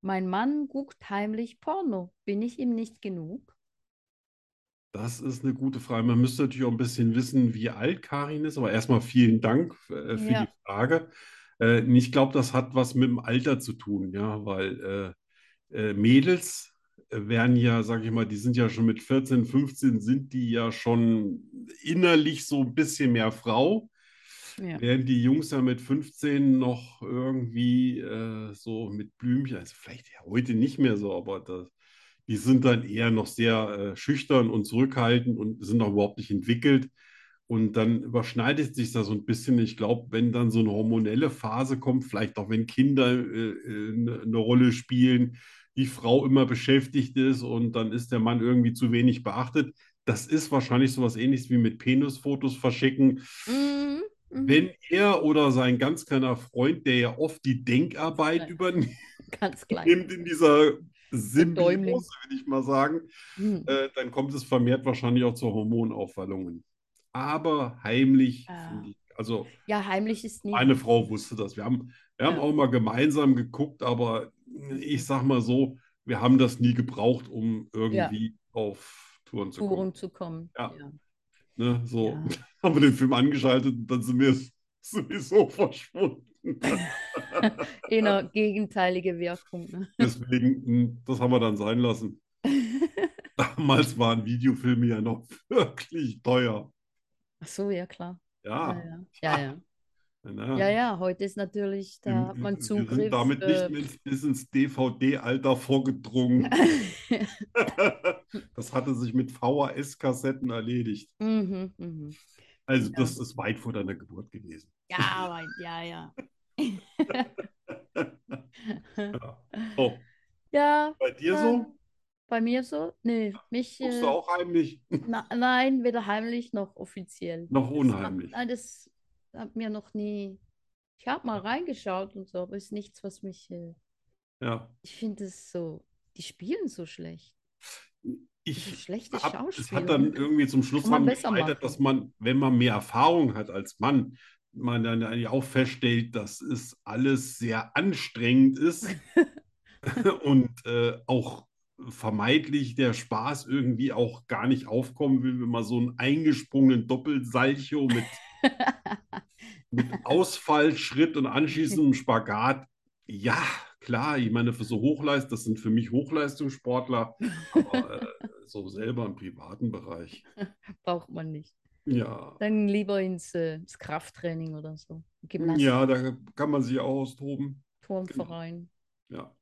mein Mann guckt heimlich Porno, bin ich ihm nicht genug? das ist eine gute Frage. Man müsste natürlich auch ein bisschen wissen, wie alt Karin ist, aber erstmal vielen Dank äh, für Ja. die Frage. Äh, ich glaube, das hat was mit dem Alter zu tun, ja, weil äh, äh, Mädels äh, werden ja, sag ich mal, die sind ja schon mit 14, 15 sind die ja schon innerlich so ein bisschen mehr Frau, Ja. während die Jungs ja mit 15 noch irgendwie äh, so mit Blümchen, also vielleicht ja heute nicht mehr so, aber das, die sind dann eher noch sehr äh, schüchtern und zurückhaltend und sind noch überhaupt nicht entwickelt. Und dann überschneidet sich das so ein bisschen. Ich glaube, wenn dann so eine hormonelle Phase kommt, vielleicht auch wenn Kinder äh, äh, ne- eine Rolle spielen, die Frau immer beschäftigt ist und dann ist der Mann irgendwie zu wenig beachtet. Das ist wahrscheinlich sowas ähnliches wie mit Penisfotos verschicken. Mhm, mhm. Wenn er oder sein ganz kleiner Freund, der ja oft die Denkarbeit Nein. übernimmt Ganz klein. in dieser Däumling. Symbiose, würde ich mal sagen, Hm. äh, dann kommt es vermehrt wahrscheinlich auch zu Hormonauffallungen. Aber heimlich, Ah. finde ich, also Ja, heimlich ist nie. meine Frau wusste das. Wir haben, wir haben Ja. auch mal gemeinsam geguckt, aber ich sag mal so, wir haben das nie gebraucht, um irgendwie auf Touren zu kommen. Touren zu kommen. Ja. Ja. Ne? So Ja. haben wir den Film angeschaltet und dann sind wir sowieso verschwunden. Eher gegenteilige Wirkung. ne? Deswegen, mh, das haben wir dann sein lassen. Damals waren Videofilme ja noch wirklich teuer. Ach so, ja, klar. Ja, Ja, ja. Ja, na, ja. ja, ja. Heute ist natürlich, da im- hat man Wir Zugriff. sind damit äh, nicht ins, bis ins DVD-Alter vorgedrungen. Das hatte sich mit VHS-Kassetten erledigt. mhm, mhm. Also Ja. das ist weit vor deiner Geburt gewesen. Ja, aber, ja, ja. Ja. So, Ja, ähm, Oh, bei dir so? bei mir so? Nee, mich, Guckst äh, du auch heimlich? na, nein, weder heimlich noch offiziell. Noch Das- unheimlich. Nein, das hat mir noch nie. Ich habe mal reingeschaut und so, aber ist nichts, was mich. Äh, Ja. ich finde es so. Die spielen so schlecht. Das ist Ich schlechtes hab, es Schauspiel. hat dann irgendwie zum Schluss Kann man dran besser gescheitert, machen. dass man, wenn man mehr Erfahrung hat als Mann, man dann eigentlich auch feststellt, dass es alles sehr anstrengend ist und äh, auch vermeintlich der Spaß irgendwie auch gar nicht aufkommen will, wenn man so einen eingesprungenen Doppelsalcho mit mit Ausfallschritt und anschließendem Spagat. Ja, klar, ich meine, für so Hochleist, das sind für mich Hochleistungssportler, aber äh, so selber im privaten Bereich. Braucht man nicht. Ja. Dann lieber ins, äh, ins Krafttraining oder so. Gymnastik, Ja, da kann man sich auch austoben. Turnverein. Ja.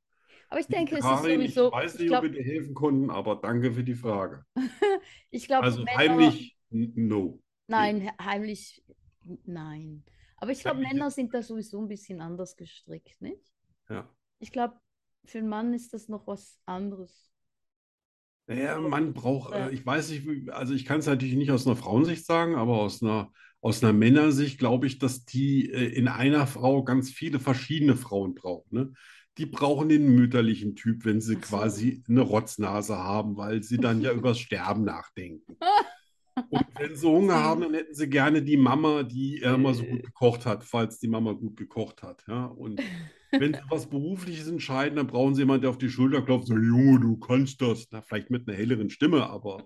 Aber ich denke, es ist genau. Karin, ich sowieso, weiß ich nicht, ob glaube, wir dir helfen konnten, aber danke für die Frage. ich glaube, Also Männer, heimlich, n- no. nein, he- heimlich, nein. Aber ich glaube, Heimlich Männer sind da sowieso ein bisschen anders gestrickt, nicht? Ja. Ich glaube, für einen Mann ist das noch was anderes. Naja, man braucht, Ja. äh, ich weiß nicht, wie- also ich kann es natürlich nicht aus einer Frauensicht sagen, aber aus einer, aus einer Männersicht glaube ich, dass die äh, in einer Frau ganz viele verschiedene Frauen brauchen. Ne? Die brauchen den mütterlichen Typ, wenn sie Ach so. quasi eine Rotznase haben, weil sie dann ja übers Sterben nachdenken. Und wenn sie Hunger haben, dann hätten sie gerne die Mama, die äh, immer so gut gekocht hat, falls die Mama gut gekocht hat. Ja? Und wenn sie was Berufliches entscheiden, dann brauchen sie jemanden, der auf die Schulter klopft, so, Junge, du kannst das. Na, vielleicht mit einer helleren Stimme, aber.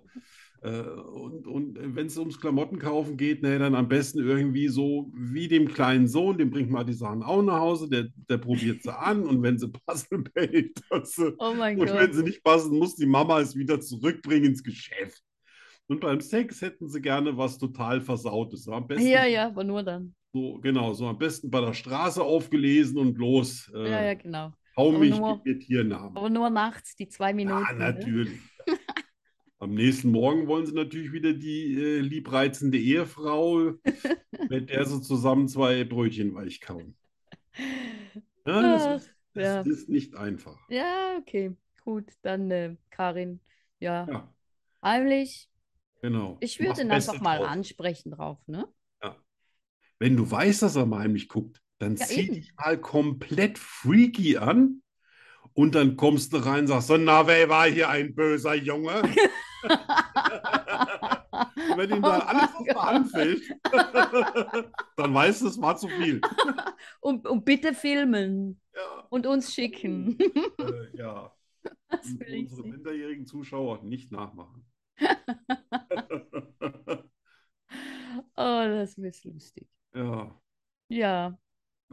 Äh, und und wenn es ums Klamottenkaufen geht, na, ja, dann am besten irgendwie so wie dem kleinen Sohn, dem bringt mal die Sachen auch nach Hause, der, der probiert sie an und wenn sie passen, behält er sie. Oh mein Und wenn Gott. sie nicht passen, muss die Mama es wieder zurückbringen ins Geschäft. Und beim Sex hätten sie gerne was total Versautes. Am besten Ja, ja, aber nur dann. so, genau, so am besten bei der Straße aufgelesen und los. Äh, Ja, ja, genau. Hau aber mich, nur- Oh, gib mir Tiernamen. Aber nur nachts, die zwei Ja, Minuten. ne? Ah, natürlich. Am nächsten Morgen wollen sie natürlich wieder die äh, liebreizende Ehefrau, mit der sie zusammen zwei Brötchen weich kauen. Ja, das ist, das ja. ist nicht einfach. Ja, okay. Gut, dann äh, Karin. Ja, Ja, heimlich. genau. Ich würde Mach's ihn Beste einfach mal draus. ansprechen drauf, ne? Wenn du weißt, dass er mal heimlich guckt, dann Ja, zieh eben. dich mal komplett freaky an und dann kommst du rein und sagst, so, na, wer war hier ein böser Junge? Und wenn ihm dann alles Oh mein aus der Hand fällt, dann weißt du, es war zu viel. Und, und bitte filmen Ja, und uns schicken. äh, ja. Das will ich unsere sehen. minderjährigen Zuschauer nicht nachmachen. Oh, das ist lustig. ja, Ja,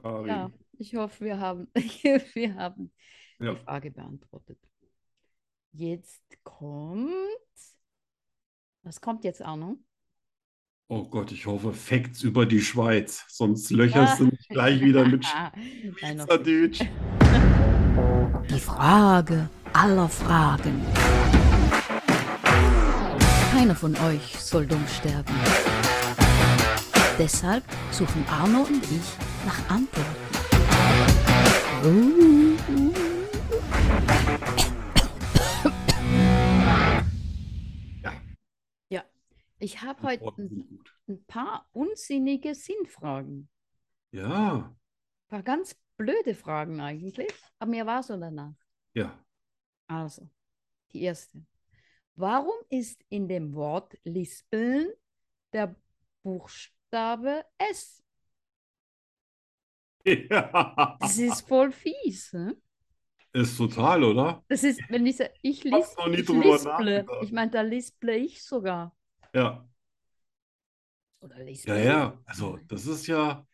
Karin. ja. Ich hoffe, wir haben, wir haben die Ja. Frage beantwortet. Jetzt kommt. Was kommt jetzt, Arno? Oh Gott, ich hoffe, Facts über die Schweiz, sonst löcherst du mich gleich wieder mit Ah, Oh, Nein, noch nicht. Schweizerdeutsch. Die Frage aller Fragen. Keiner von euch soll dumm sterben. Deshalb suchen Arno und ich nach Antworten. Ich habe heute Antworten ein, sind gut. ein paar unsinnige Sinnfragen. Ja, Ein paar ganz blöde Fragen eigentlich. Aber mir war so danach. ja. Also, die erste. Warum ist in dem Wort lispeln der Buchstabe S? Ja, Das ist voll fies. Hm? ist total, oder? Das ist, wenn ich sage, ich, Hab lis noch nie ich drüber lisple, nachgedacht. ich meine, da lisple ich sogar. Ja, Oder ja, lisple ja. Also, das ist ja,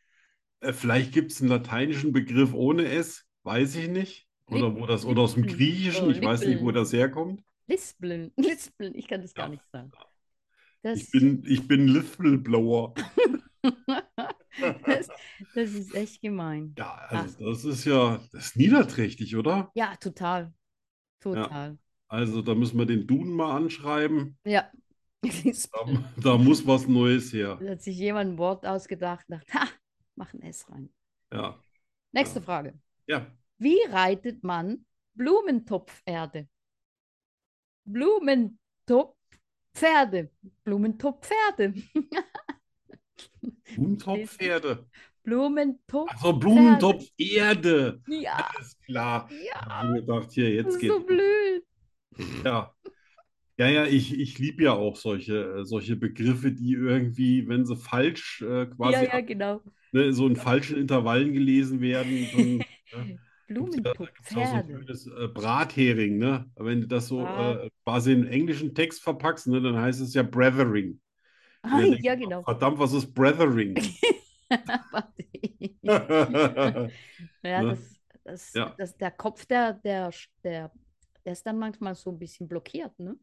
äh, vielleicht gibt es einen lateinischen Begriff ohne S, weiß ich nicht. Oder wo das, oder aus dem Lippen. Griechischen, Oh, ich weiß nicht, wo Lippen. das herkommt. Lispeln, lispeln, ich kann das gar Ja. nicht sagen. Ich Das, bin, ich bin Lispelblower. das, das ist echt gemein. Ja, also Ah. das ist ja, das ist niederträchtig, oder? Ja, total. Total. Also da müssen wir den Duden mal anschreiben. Ja. Lispeln. Da, da muss was Neues her. Da hat sich jemand ein Wort ausgedacht, dachte, ha, mach ein S rein. Ja, Nächste Ja. Frage. ja. Wie reitet man Blumentopferde? Blumentopferde. Blumentopferde. Also, Blumentopferde. Blumentopf. Also Blumentopferde. Ja, Alles klar. ja, Ich habe gedacht, hier, das jetzt ist geht's. so blöd. Ja. Ja, ja, ich, ich liebe ja auch solche, äh, solche Begriffe, die irgendwie, wenn sie falsch äh, quasi Ja, ja, genau. ne, so in falschen Intervallen gelesen werden, dann Gibt's ja so ein Blumentopferde. schönes äh, Brathering, ne? Wenn du das so Ah. äh, quasi in englischen Text verpackst, ne, dann heißt es ja Brethering. Und Ah, dann denkst ja, du, genau. Verdammt, was ist Brethering? Party. ja, Ja, Ne? das, das, Ja. das, der Kopf, der, der, der, der ist dann manchmal so ein bisschen blockiert, ne?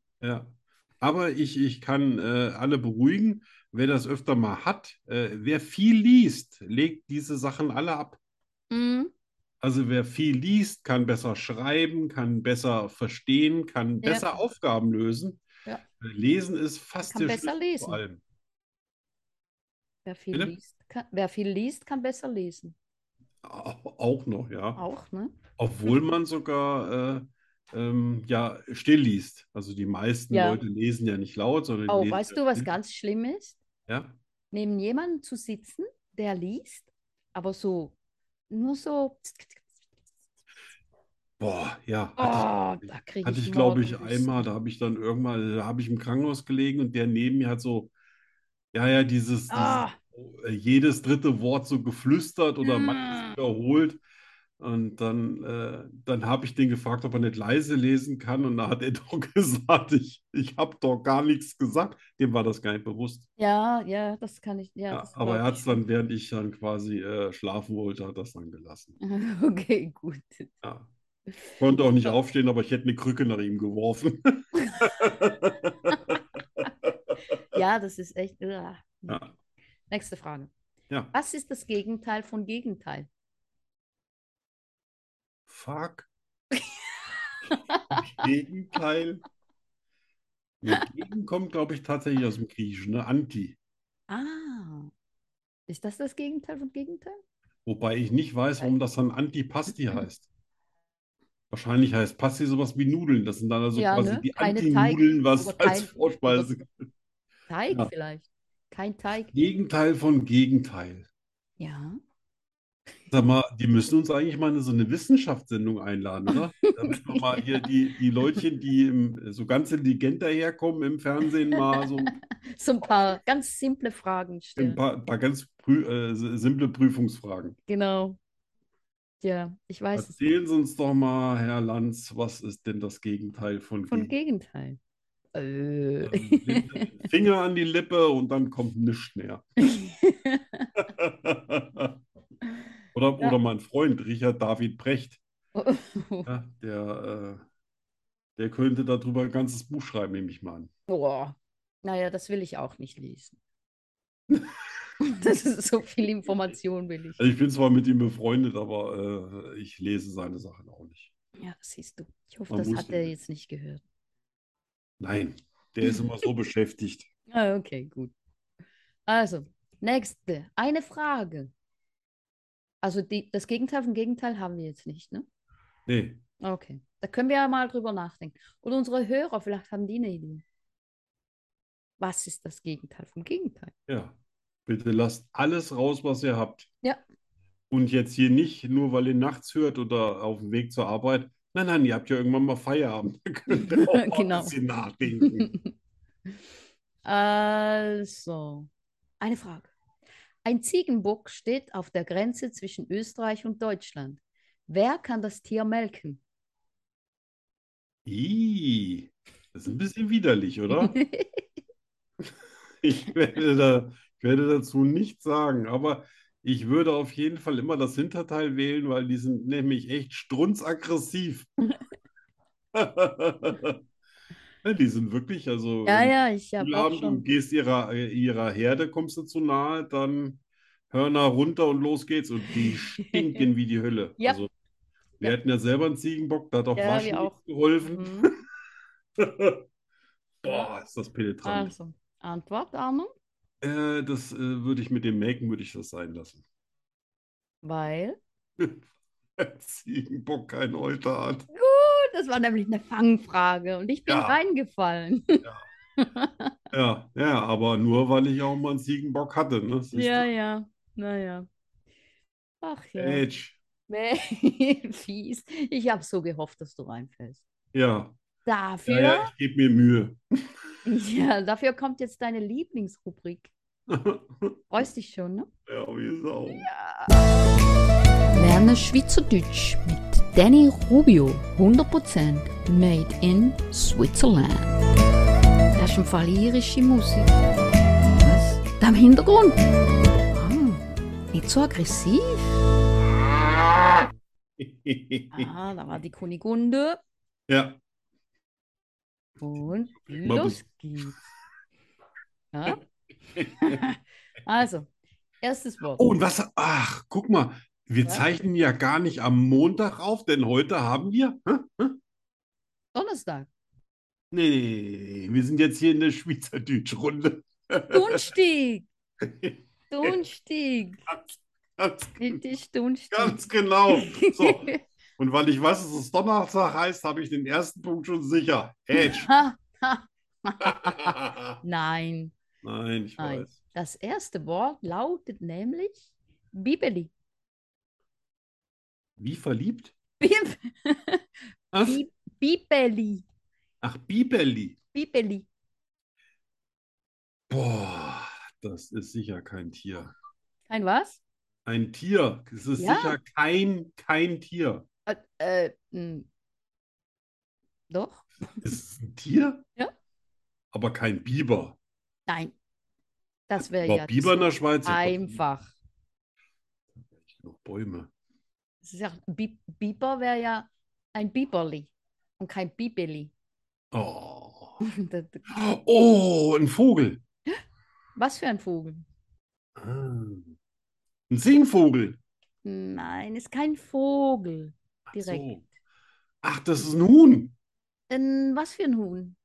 aber ich, ich kann äh, alle beruhigen. Wer das öfter mal hat, äh, wer viel liest, legt diese Sachen alle ab. Mhm. Also wer viel liest, kann besser schreiben, kann besser verstehen, kann Ja. besser Aufgaben lösen. Äh, Ja. Lesen ist fast Kann der besser Schlüssel lesen. zu allem. Wer viel Bitte? liest, kann, wer viel liest, kann besser lesen. Au- Auch noch, ja. Auch, ne? Obwohl man sogar äh, ähm, ja, still liest. Also die meisten Ja. Leute lesen ja nicht laut, sondern Oh, lesen weißt ja du, was still. ganz schlimm ist? Ja, Neben jemandem zu sitzen, der liest, aber so, nur so, boah, ja, hatte oh, ich- da kriege Hatte ich ich, glaube ich, Morgenlust. einmal, da habe ich dann irgendwann, da habe ich im Krankenhaus gelegen und der neben mir hat so, ja, ja, dieses, Ah. dieses äh, jedes dritte Wort so geflüstert oder manches Mm. wiederholt. Und dann, äh, dann habe ich den gefragt, ob er nicht leise lesen kann. Und da hat er doch gesagt, ich, ich habe doch gar nichts gesagt. Dem war das gar nicht bewusst. Ja, ja, das kann ich, ja, Ja, das aber er glaub hat ich. es dann, während ich dann quasi äh, schlafen wollte, hat das dann gelassen. Okay, gut. Ja. Konnte auch nicht aufstehen, aber ich hätte eine Krücke nach ihm geworfen. Ja, das ist echt. uah. Ja. Nächste Frage. Ja. Was ist das Gegenteil von Gegenteil? Fuck. Gegenteil. Ja, Gegen kommt, glaube ich, tatsächlich aus dem Griechischen, ne? Anti. Ah, ist das das Gegenteil von Gegenteil? Wobei ich nicht weiß, warum das dann Antipasti Mhm. heißt. Wahrscheinlich heißt Pasti sowas wie Nudeln. Das sind dann also Ja, quasi ne? die Keine Anti-Nudeln, was aber Also als kein- Vorspeise. Teig Ja. vielleicht. Kein Teig. Gegenteil von Gegenteil. Ja. Sag mal, die müssen uns eigentlich mal in so eine Wissenschaftssendung einladen, oder? Damit wir mal hier die, die Leutchen, die im, so ganz intelligent daherkommen im Fernsehen, mal so ein So ein paar ganz simple Fragen Ein stellen. paar, paar ganz prü äh, s- simple Prüfungsfragen. Genau. Ja, ich weiß es. Erzählen Sie uns doch mal, Herr Lanz, was ist denn das Gegenteil von Von Gegen- Gegenteil. Äh. Also, nimm den Finger an die Lippe und dann kommt nichts mehr. oder, oder mein Freund Richard David Precht, ja, der, äh, der könnte darüber ein ganzes Buch schreiben, nehme ich mal an. Boah. Naja, das will ich auch nicht lesen. Das ist so viel Information will ich. Also ich bin zwar mit ihm befreundet, aber äh, ich lese seine Sachen auch nicht. Ja, siehst du. Ich hoffe, Man das muss hat ja er nicht. jetzt nicht gehört. Nein, der ist immer so beschäftigt. Ah, okay, gut. Also, nächste. Eine Frage. Also die, das Gegenteil vom Gegenteil haben wir jetzt nicht, ne? Nee, Okay. Da können wir ja mal drüber nachdenken. Und unsere Hörer, vielleicht haben die eine Idee. Was ist das Gegenteil vom Gegenteil? Ja, bitte lasst alles raus, was ihr habt. Ja. Und jetzt hier nicht, nur weil ihr nachts hört oder auf dem Weg zur Arbeit. Nein, nein, ihr habt ja irgendwann mal Feierabend. Da könnt ihr auch mal ein Genau. bisschen nachdenken. Also, eine Frage. Ein Ziegenbock steht auf der Grenze zwischen Österreich und Deutschland. Wer kann das Tier melken? Ih, das ist ein bisschen widerlich, oder? Ich werde da, ich werde dazu nichts sagen, aber ich würde auf jeden Fall immer das Hinterteil wählen, weil die sind nämlich echt strunzaggressiv. Ja, die sind wirklich, also Ja, wenn- ja, ich habe Gefühl auch haben, du schon. gehst ihrer, äh, ihrer Herde, kommst du zu nahe, dann Hörner runter und los geht's. Und die stinken wie die Hölle. Ja. Also, wir Ja. hatten ja selber einen Ziegenbock, da hat auch Ja, wir Waschen nicht auch. geholfen. Mhm. Boah, ist das penetrant. Also, Antwort, Arno, Äh, das äh, würde ich mit dem Melken, würde ich das sein lassen. weil Ein Ziegenbock kein Euter hat. Gut, das war nämlich eine Fangfrage und ich bin Ja. reingefallen. Ja, ja, aber nur, weil ich auch mal einen Ziegenbock hatte. Ne? Siehst Ja, du? ja, naja. Ach ja, Mensch. Nee, fies. Ich habe so gehofft, dass du reinfällst. Ja, ja, Dafür, ja, ich gebe mir Mühe. ja, dafür kommt jetzt deine Lieblingsrubrik. Freust dich schon, ne? Ja, wie Sau. Lerne Schweizerdeutsch mit Danny Rubio. 100% made in Switzerland. Das ist im Fall irische Musik. Was? Da im Hintergrund? Ah, Nicht so aggressiv. Hm. Ah, da war die Kunigunde. ja, Und mal los geht's. Ja? Also, erstes Wort. oh, und was, ach, guck mal, wir Was? zeichnen ja gar nicht am Montag auf, denn heute haben wir, hä? Donnerstag. nee, nee, nee, nee, wir sind jetzt hier in der Schweizerdeutsch-Runde. Dunstig. Dunstig. Ganz, Bitte Dunstig. ganz genau. So, und weil ich weiß, dass es Donnerstag heißt, habe ich den ersten Punkt schon sicher. Edge. Ha, ha. Ah, Nein. Nein, ich Nein. weiß. Das erste Wort lautet nämlich Bibeli. Wie verliebt? Bib Was? Bi- Bibeli. Ach, Bibeli. Bibeli. Boah, das ist sicher kein Tier. Ein was? Ein Tier. Es ist Ja. sicher kein, kein Tier. Äh, äh, m. doch? Ist es ein Tier? Ja. Aber kein Biber. Nein. Das wäre Aber ja Biber in der Schweiz. zu einfach. Noch Bäume. Es ist ja, Bi Biber wäre ja ein Biberli und kein Bibeli. Oh. Das- Oh, ein Vogel. Was für ein Vogel? Ah. Ein Singvogel. Nein, ist kein Vogel Ach direkt. so. Ach, das ist ein Huhn. Ein, was für ein Huhn?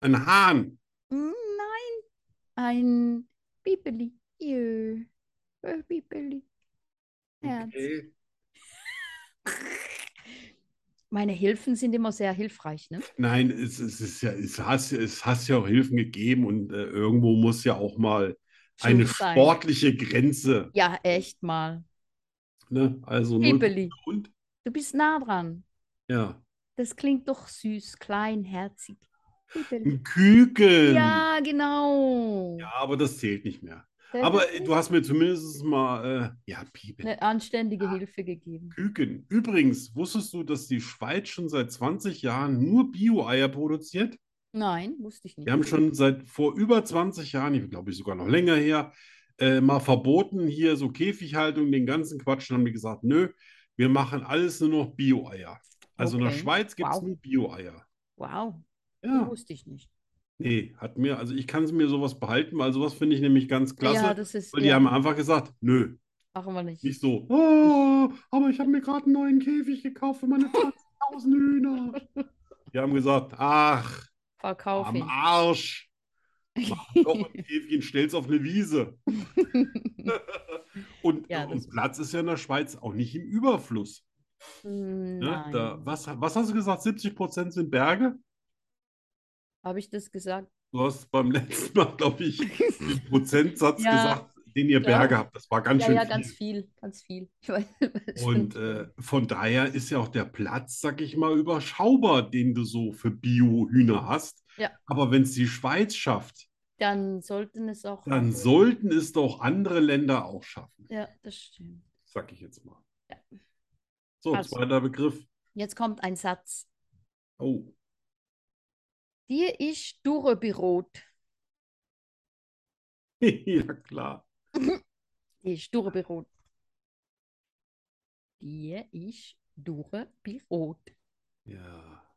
Ein Hahn. Hm, Nein, ein Bibeli. Jö. Äh, Bibeli. Herz. Okay. Meine Hilfen sind immer sehr hilfreich, ne? Nein, es, es ist ja, es hast, es hast ja auch Hilfen gegeben und äh, irgendwo muss ja auch mal eine Schuld sein. sportliche Grenze. Ja, echt mal. Ne? Also null Bibeli, und du bist nah dran. ja. Das klingt doch süß, klein, herzig. Bibeli. Ein Küken. Ja, genau. Ja, aber das zählt nicht mehr. Das Aber ist äh, du hast mir zumindest mal, äh, ja, Bibel. eine Ah. anständige Hilfe gegeben. Küken. Übrigens, wusstest du, dass die Schweiz schon seit 20 Jahren nur Bio-Eier produziert? Nein, wusste ich nicht. Wir haben schon seit vor über 20 Jahren, ich glaube ich sogar noch länger her, äh, mal verboten hier so Käfighaltung, den ganzen Quatsch. Dann haben die gesagt, nö, wir machen alles nur noch Bio-Eier. Also in der Okay. Schweiz gibt es Wow. nur Bio-Eier. Wow, Ja, wusste ich nicht. nee, hat mir, also ich kann es mir sowas behalten, weil sowas finde ich nämlich ganz Ja, klasse. das ist, Weil die ja, haben einfach gesagt, nö, machen wir nicht. nicht so, oh, aber ich habe mir gerade einen neuen Käfig gekauft für meine 20.000 Hühner. Die haben gesagt, ach, Verkaufe am Arsch. Mach doch ein Käfchen, stell's auf eine Wiese. ich. Und, Ja, das- und Platz ist ja in der Schweiz auch nicht im Überfluss. Ne? Hm, Nein. Da, was, was hast du gesagt? 70 Prozent sind Berge? Habe ich das gesagt? Du hast beim letzten Mal, glaube ich, den Prozentsatz Ja, gesagt, den ihr klar. Berge habt. Das war ganz Ja, schön ja, viel. ganz viel, ganz viel. Ich weiß, das Und stimmt. äh, von daher ist ja auch der Platz, sag ich mal, überschaubar, den du so für Bio-Hühner hast. Ja. Aber wenn es die Schweiz schafft, dann sollten es auch dann andere- sollten es doch andere Länder auch schaffen, Ja, das stimmt. sag ich jetzt mal. Ja. So, Also. zweiter Begriff. Jetzt kommt ein Satz. Oh, Dir ist Dürrebrot. ja klar. Dir ist Dürrebrot. Dir ist Dürrebrot. Ja.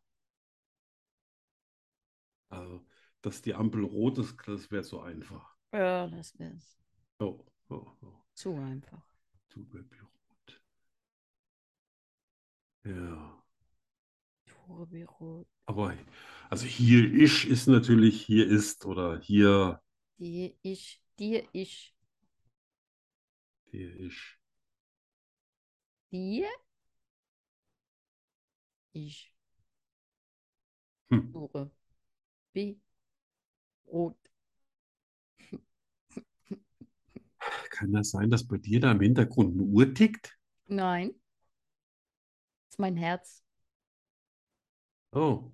Also, dass die Ampel rot ist, das wäre so einfach. Ja, das wäre Oh, oh, oh. zu einfach. Zuckerbürot. Ja. Dürrebrot. Aber also hier ich ist natürlich hier ist oder hier Dir ist, dir ist, hier ich. dir ist Hm. Dürrebrot. Kann das sein, dass bei dir da im Hintergrund eine Uhr tickt? Nein. Das ist mein Herz. Oh.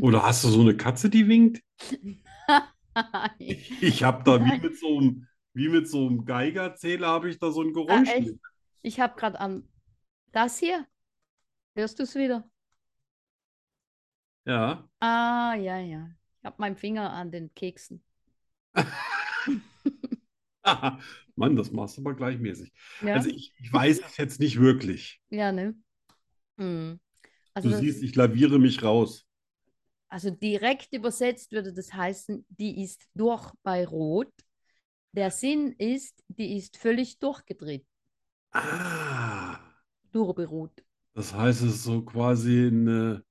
Oder hast du so eine Katze, die winkt? Nein. Ich habe da wie Nein. mit so einem, wie mit so einem Geigerzähler habe ich da so ein Ah, Geräusch echt? mit. Ich habe gerade an. Das hier? Hörst du es wieder? Ja. Ah, ja, ja. Ich habe meinen Finger an den Keksen. Mann, das machst du aber gleichmäßig. Ja, Also ich, ich weiß es jetzt nicht wirklich. ja, ne? Hm. Also, Du das, siehst, ich laviere mich raus. also direkt übersetzt würde das heißen, die ist durch bei Rot. Der Sinn ist, die ist völlig durchgedreht, Ah, durchberuht. das heißt, es ist so quasi eine,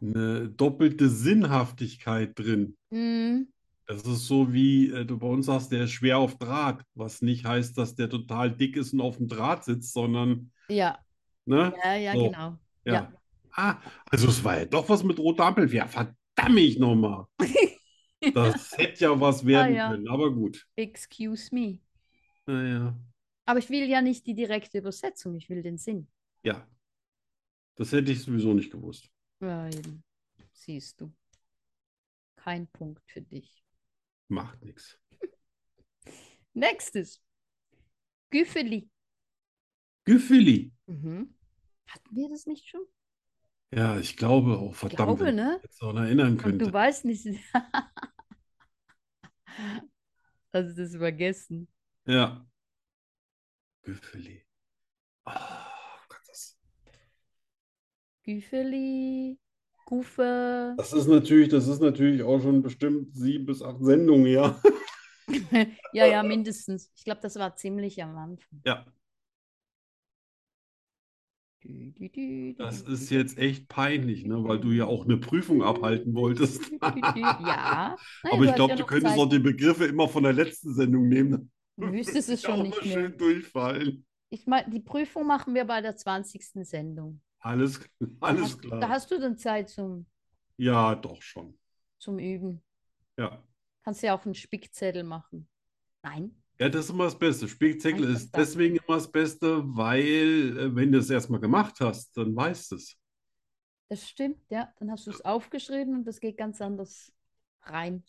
eine doppelte Sinnhaftigkeit drin. Hm. Das ist so wie äh, du bei uns sagst, der ist schwer auf Draht, was nicht heißt, dass der total dick ist und auf dem Draht sitzt, sondern, Ja, ne? ja, ja, So. genau. Ja. Ah, also es war ja doch was mit roter Ampel. Ja, verdammt ich nochmal. Das hätte ja was werden Ah, ja. können, aber gut. Excuse me. Naja, Aber ich will ja nicht die direkte Übersetzung, ich will den Sinn. ja. Das hätte ich sowieso nicht gewusst. Ja, eben. Siehst du. Kein Punkt für dich. Macht nichts. Nächstes. Güffeli. Gefühli. Mhm. Hatten wir das nicht schon? Ja, ich glaube auch, Ich verdammt, glaube, wenn ich ne? mich jetzt noch erinnern Und du könnte. weißt nicht. Hast du Also, das vergessen? Ja. Gefühli. Ah, Gott, das, Güffeli, Gufe. das ist natürlich, das ist natürlich auch schon bestimmt sieben bis acht Sendungen, ja. Ja, ja, mindestens. Ich glaube, das war ziemlich am Anfang. Ja, Dü, dü, dü, dü, das dü, ist dü, jetzt echt peinlich, ne? Weil du ja auch eine Prüfung abhalten wolltest. dü, dü, dü. Ja. Naja, Aber ich hast glaube, ja du noch könntest Zeit. auch die Begriffe immer von der letzten Sendung nehmen. Du wüsstest es Ich auch schon mal nicht mehr. schön durchfallen. Ich meine, die Prüfung machen wir bei der 20. Sendung. Alles, Da alles hast, klar. Da hast du dann Zeit zum, Ja, doch schon. zum Üben. Ja. Kannst ja auch einen Spickzettel machen. Nein. Ja, das ist immer das Beste. Spickzettel Einfach ist das. deswegen immer das Beste, weil, äh, wenn du es erstmal gemacht hast, dann weißt du es. Das stimmt, ja. Dann hast du es aufgeschrieben und das geht ganz anders rein.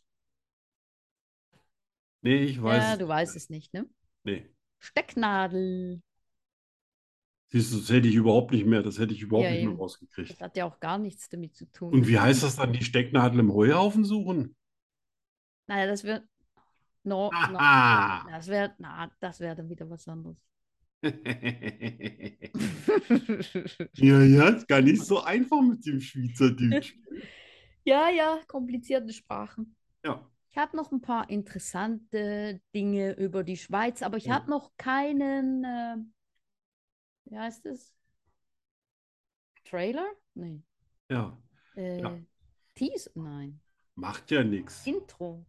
Nee, ich weiß ja, es du nicht weißt mehr. es nicht, ne? Nee. Stecknadel. Siehst du, das hätte ich überhaupt nicht mehr, das hätte ich überhaupt Ja, nicht mehr eben. rausgekriegt. Das hat ja auch gar nichts damit zu tun. Und wie heißt das dann, die Stecknadel im Heuhaufen suchen? Naja, das wird. No, no, Haha. das wäre na, das wär dann wieder was anderes. Ja, ja, ist gar nicht so einfach mit dem Schweizerdeutsch. ja, ja, komplizierte Sprachen. Ja, Ich habe noch ein paar interessante Dinge über die Schweiz, aber ich Ja. habe noch keinen, äh, wie heißt es? Trailer? Nee. ja, Äh, Ja. Tease? Nein. macht ja nichts. Intro.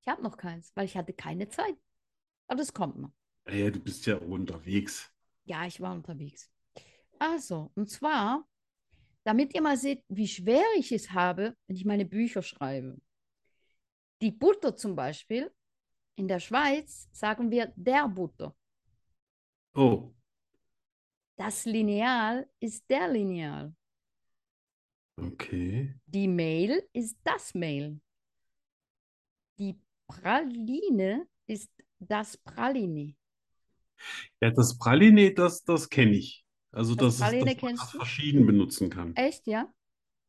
Ich habe noch keins, weil ich hatte keine Zeit. Aber das kommt noch. Ja, du bist ja unterwegs. Ja, ich war unterwegs. Also, und zwar, damit ihr mal seht, wie schwer ich es habe, wenn ich meine Bücher schreibe. Die Butter zum Beispiel, in der Schweiz sagen wir der Butter. Oh, Das Lineal ist der Lineal. okay. Die Mail ist das Mail. Die Praline ist das Praline. Ja, das Praline, das, das kenne ich. Also, Das dass, es, Praline dass man kennst das du? verschieden benutzen kann. Echt, ja?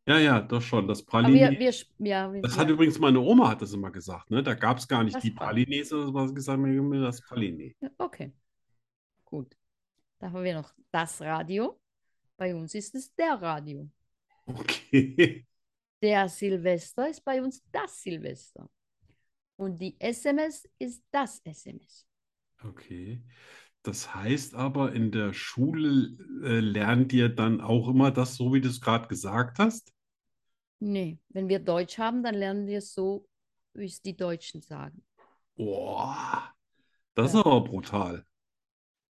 Ja, ja, doch schon. Das Aber wir, Praline, wir, sp- ja, wir, das ja. hat übrigens meine Oma hat das immer gesagt, ne? Da gab es gar nicht Das die Praline. Pralines, sondern was gesagt, wir haben das Praline. Ja, Okay, gut. Da haben wir noch das Radio. Bei uns ist es der Radio. Okay. Der Silvester ist bei uns das Silvester. Und die SMS ist das SMS. Okay. Das heißt aber, in der Schule äh, lernt ihr dann auch immer das, so wie du es gerade gesagt hast? Nee, wenn wir Deutsch haben, dann lernen wir es so, wie es die Deutschen sagen. Boah, das ist Ja. aber brutal.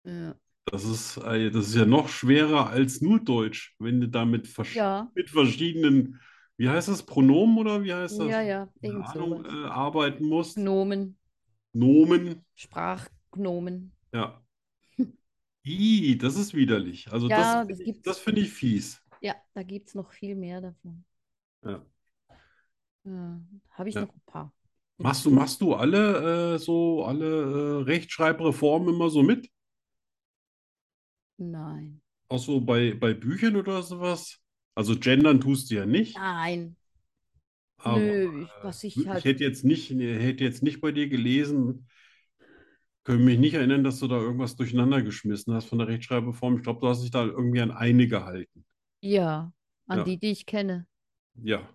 Ja. Das ist, äh, das ist ja noch schwerer als nur Deutsch, wenn du damit versch Ja, mit verschiedenen, wie heißt das, Pronomen oder wie heißt das? ja, ja, Keine irgend Ahnung, sowas. äh, arbeiten musst. Gnomen, Nomen, Sprachgnomen. ja. Ih, das ist widerlich. Also das Ja, finde das ich, gibt's. das finde ich fies. Ja, da gibt es noch viel mehr davon. Ja. Ja, Äh, habe ich Ja. noch ein paar. Machst du, machst du alle äh, so alle äh, Rechtschreibreformen immer so mit? Nein. Auch so bei, bei Büchern oder sowas? Also gendern tust du ja nicht, Nein. aber äh, Nö, ich, was ich ich halt. hätte jetzt nicht, hätte jetzt nicht bei dir gelesen, Können mich nicht erinnern, dass du da irgendwas durcheinander geschmissen hast von der Rechtschreibreform. Ich glaube, du hast dich da irgendwie an eine gehalten. Ja, an Ja. die, die ich kenne. Ja,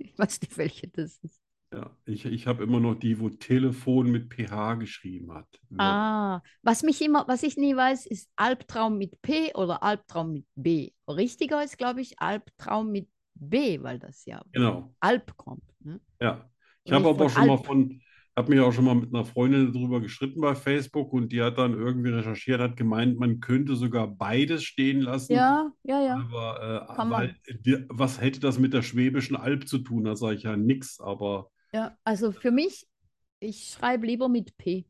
Ich weiß nicht, welche das ist. ja. Ich, ich habe immer noch die, wo Telefon mit PH geschrieben hat. Ja. Ah, was mich immer, was ich nie weiß, ist Albtraum mit P oder Albtraum mit B. Richtiger ist, glaube ich, Albtraum mit B, weil das ja Genau, Alb kommt. Ne? ja. Ich Und habe aber nicht auch von schon mal Alp. von, habe mich auch schon mal mit einer Freundin drüber gestritten bei Facebook und die hat dann irgendwie recherchiert, hat gemeint, man könnte sogar beides stehen lassen. Ja, ja, ja. Aber äh, Kann man. weil, die- was hätte das mit der Schwäbischen Alb zu tun? Da sage ich ja nix, aber Ja, also für mich, ich schreibe lieber mit P.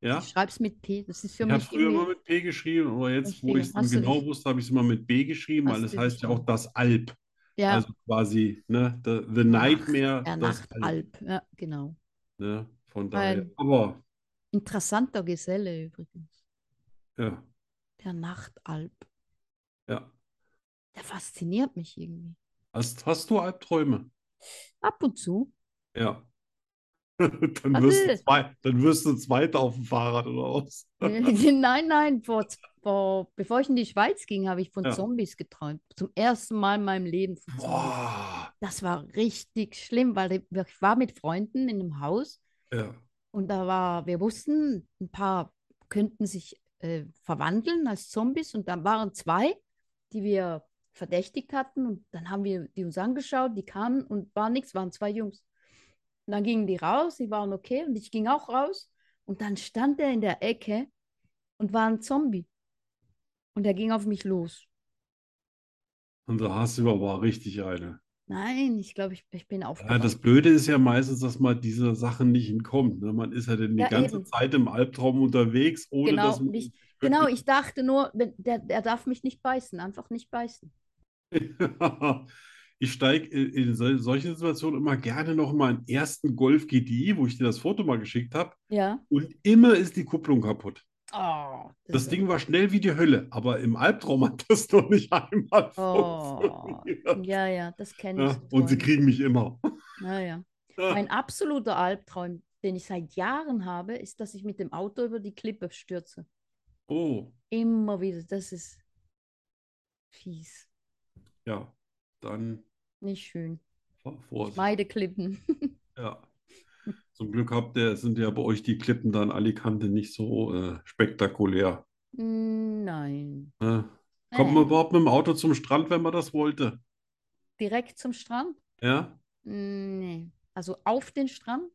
ja. Ich schreibe es mit P. Das ist für Ich habe mich früher immer irgendwie- mit P geschrieben, aber jetzt, wo Verstehe. ich es dann Hast du genau dich- wusste, habe ich es immer mit B geschrieben, weil Hast es du heißt dich ja dann- auch das Alb. ja, Also quasi, ne, the, the Nightmare, das der Alb. Nachtalb. Ja, genau. Ne, von daher. Ein- Aber Interessanter Geselle übrigens. ja, Der Nachtalb. ja. Der fasziniert mich irgendwie. Hast, hast du Albträume? Ab und zu. Ja. Dann wirst du Warte. zwei, dann wirst du Zweiter auf dem Fahrrad oder was? Nein, nein, vor, vor, bevor ich in die Schweiz ging, habe ich von Ja. Zombies geträumt. Zum ersten Mal in meinem Leben von Zombies. Boah. Das war richtig schlimm, weil ich- ich war mit Freunden in einem Haus Ja, und da war, wir wussten, ein paar könnten sich äh, verwandeln als Zombies und dann waren zwei, die wir verdächtigt hatten und dann haben wir die uns angeschaut, die kamen und waren nichts, waren zwei Jungs. Und dann gingen die raus, die waren okay und ich ging auch raus und dann stand er in der Ecke und war ein Zombie und er ging auf mich los. und da hast du aber richtig eine. Nein, ich glaube, ich, ich bin Ja, das aufgewacht. Blöde ist ja meistens, dass man diese Sachen nicht entkommt. Ne? Man ist ja dann die Ja, ganze eben. Zeit im Albtraum unterwegs, ohne Genau, dass man und ich- Genau, ich dachte nur, wenn- der, der darf mich nicht beißen, einfach nicht beißen. Ich steige in, in sol- solchen Situationen immer gerne noch mal einen ersten Golf GTI, wo ich dir das Foto mal geschickt habe. Ja. Und immer ist die Kupplung kaputt. Oh, Das ist- Ding war schnell wie die Hölle, aber im Albtraum hat das noch nicht einmal Oh, funktioniert. ja, ja, das kenne ich. Ja, so und sie Ah. Träume. kriegen mich immer. Ja, ja. Mein absoluter Albtraum, den ich seit Jahren habe, ist, dass ich mit dem Auto über die Klippe stürze. Oh, Immer wieder. Das ist fies. ja, dann Nicht schön. fahr Vorsicht. Meide Klippen. Ja. Zum Glück habt ihr, sind ja bei euch die Klippen dann Alicante nicht so äh, spektakulär. Hm, Nein. Äh, Ne? Kommt man überhaupt mit dem Auto zum Strand, wenn man das wollte? Direkt zum Strand? Ja, Nee. Also auf den Strand?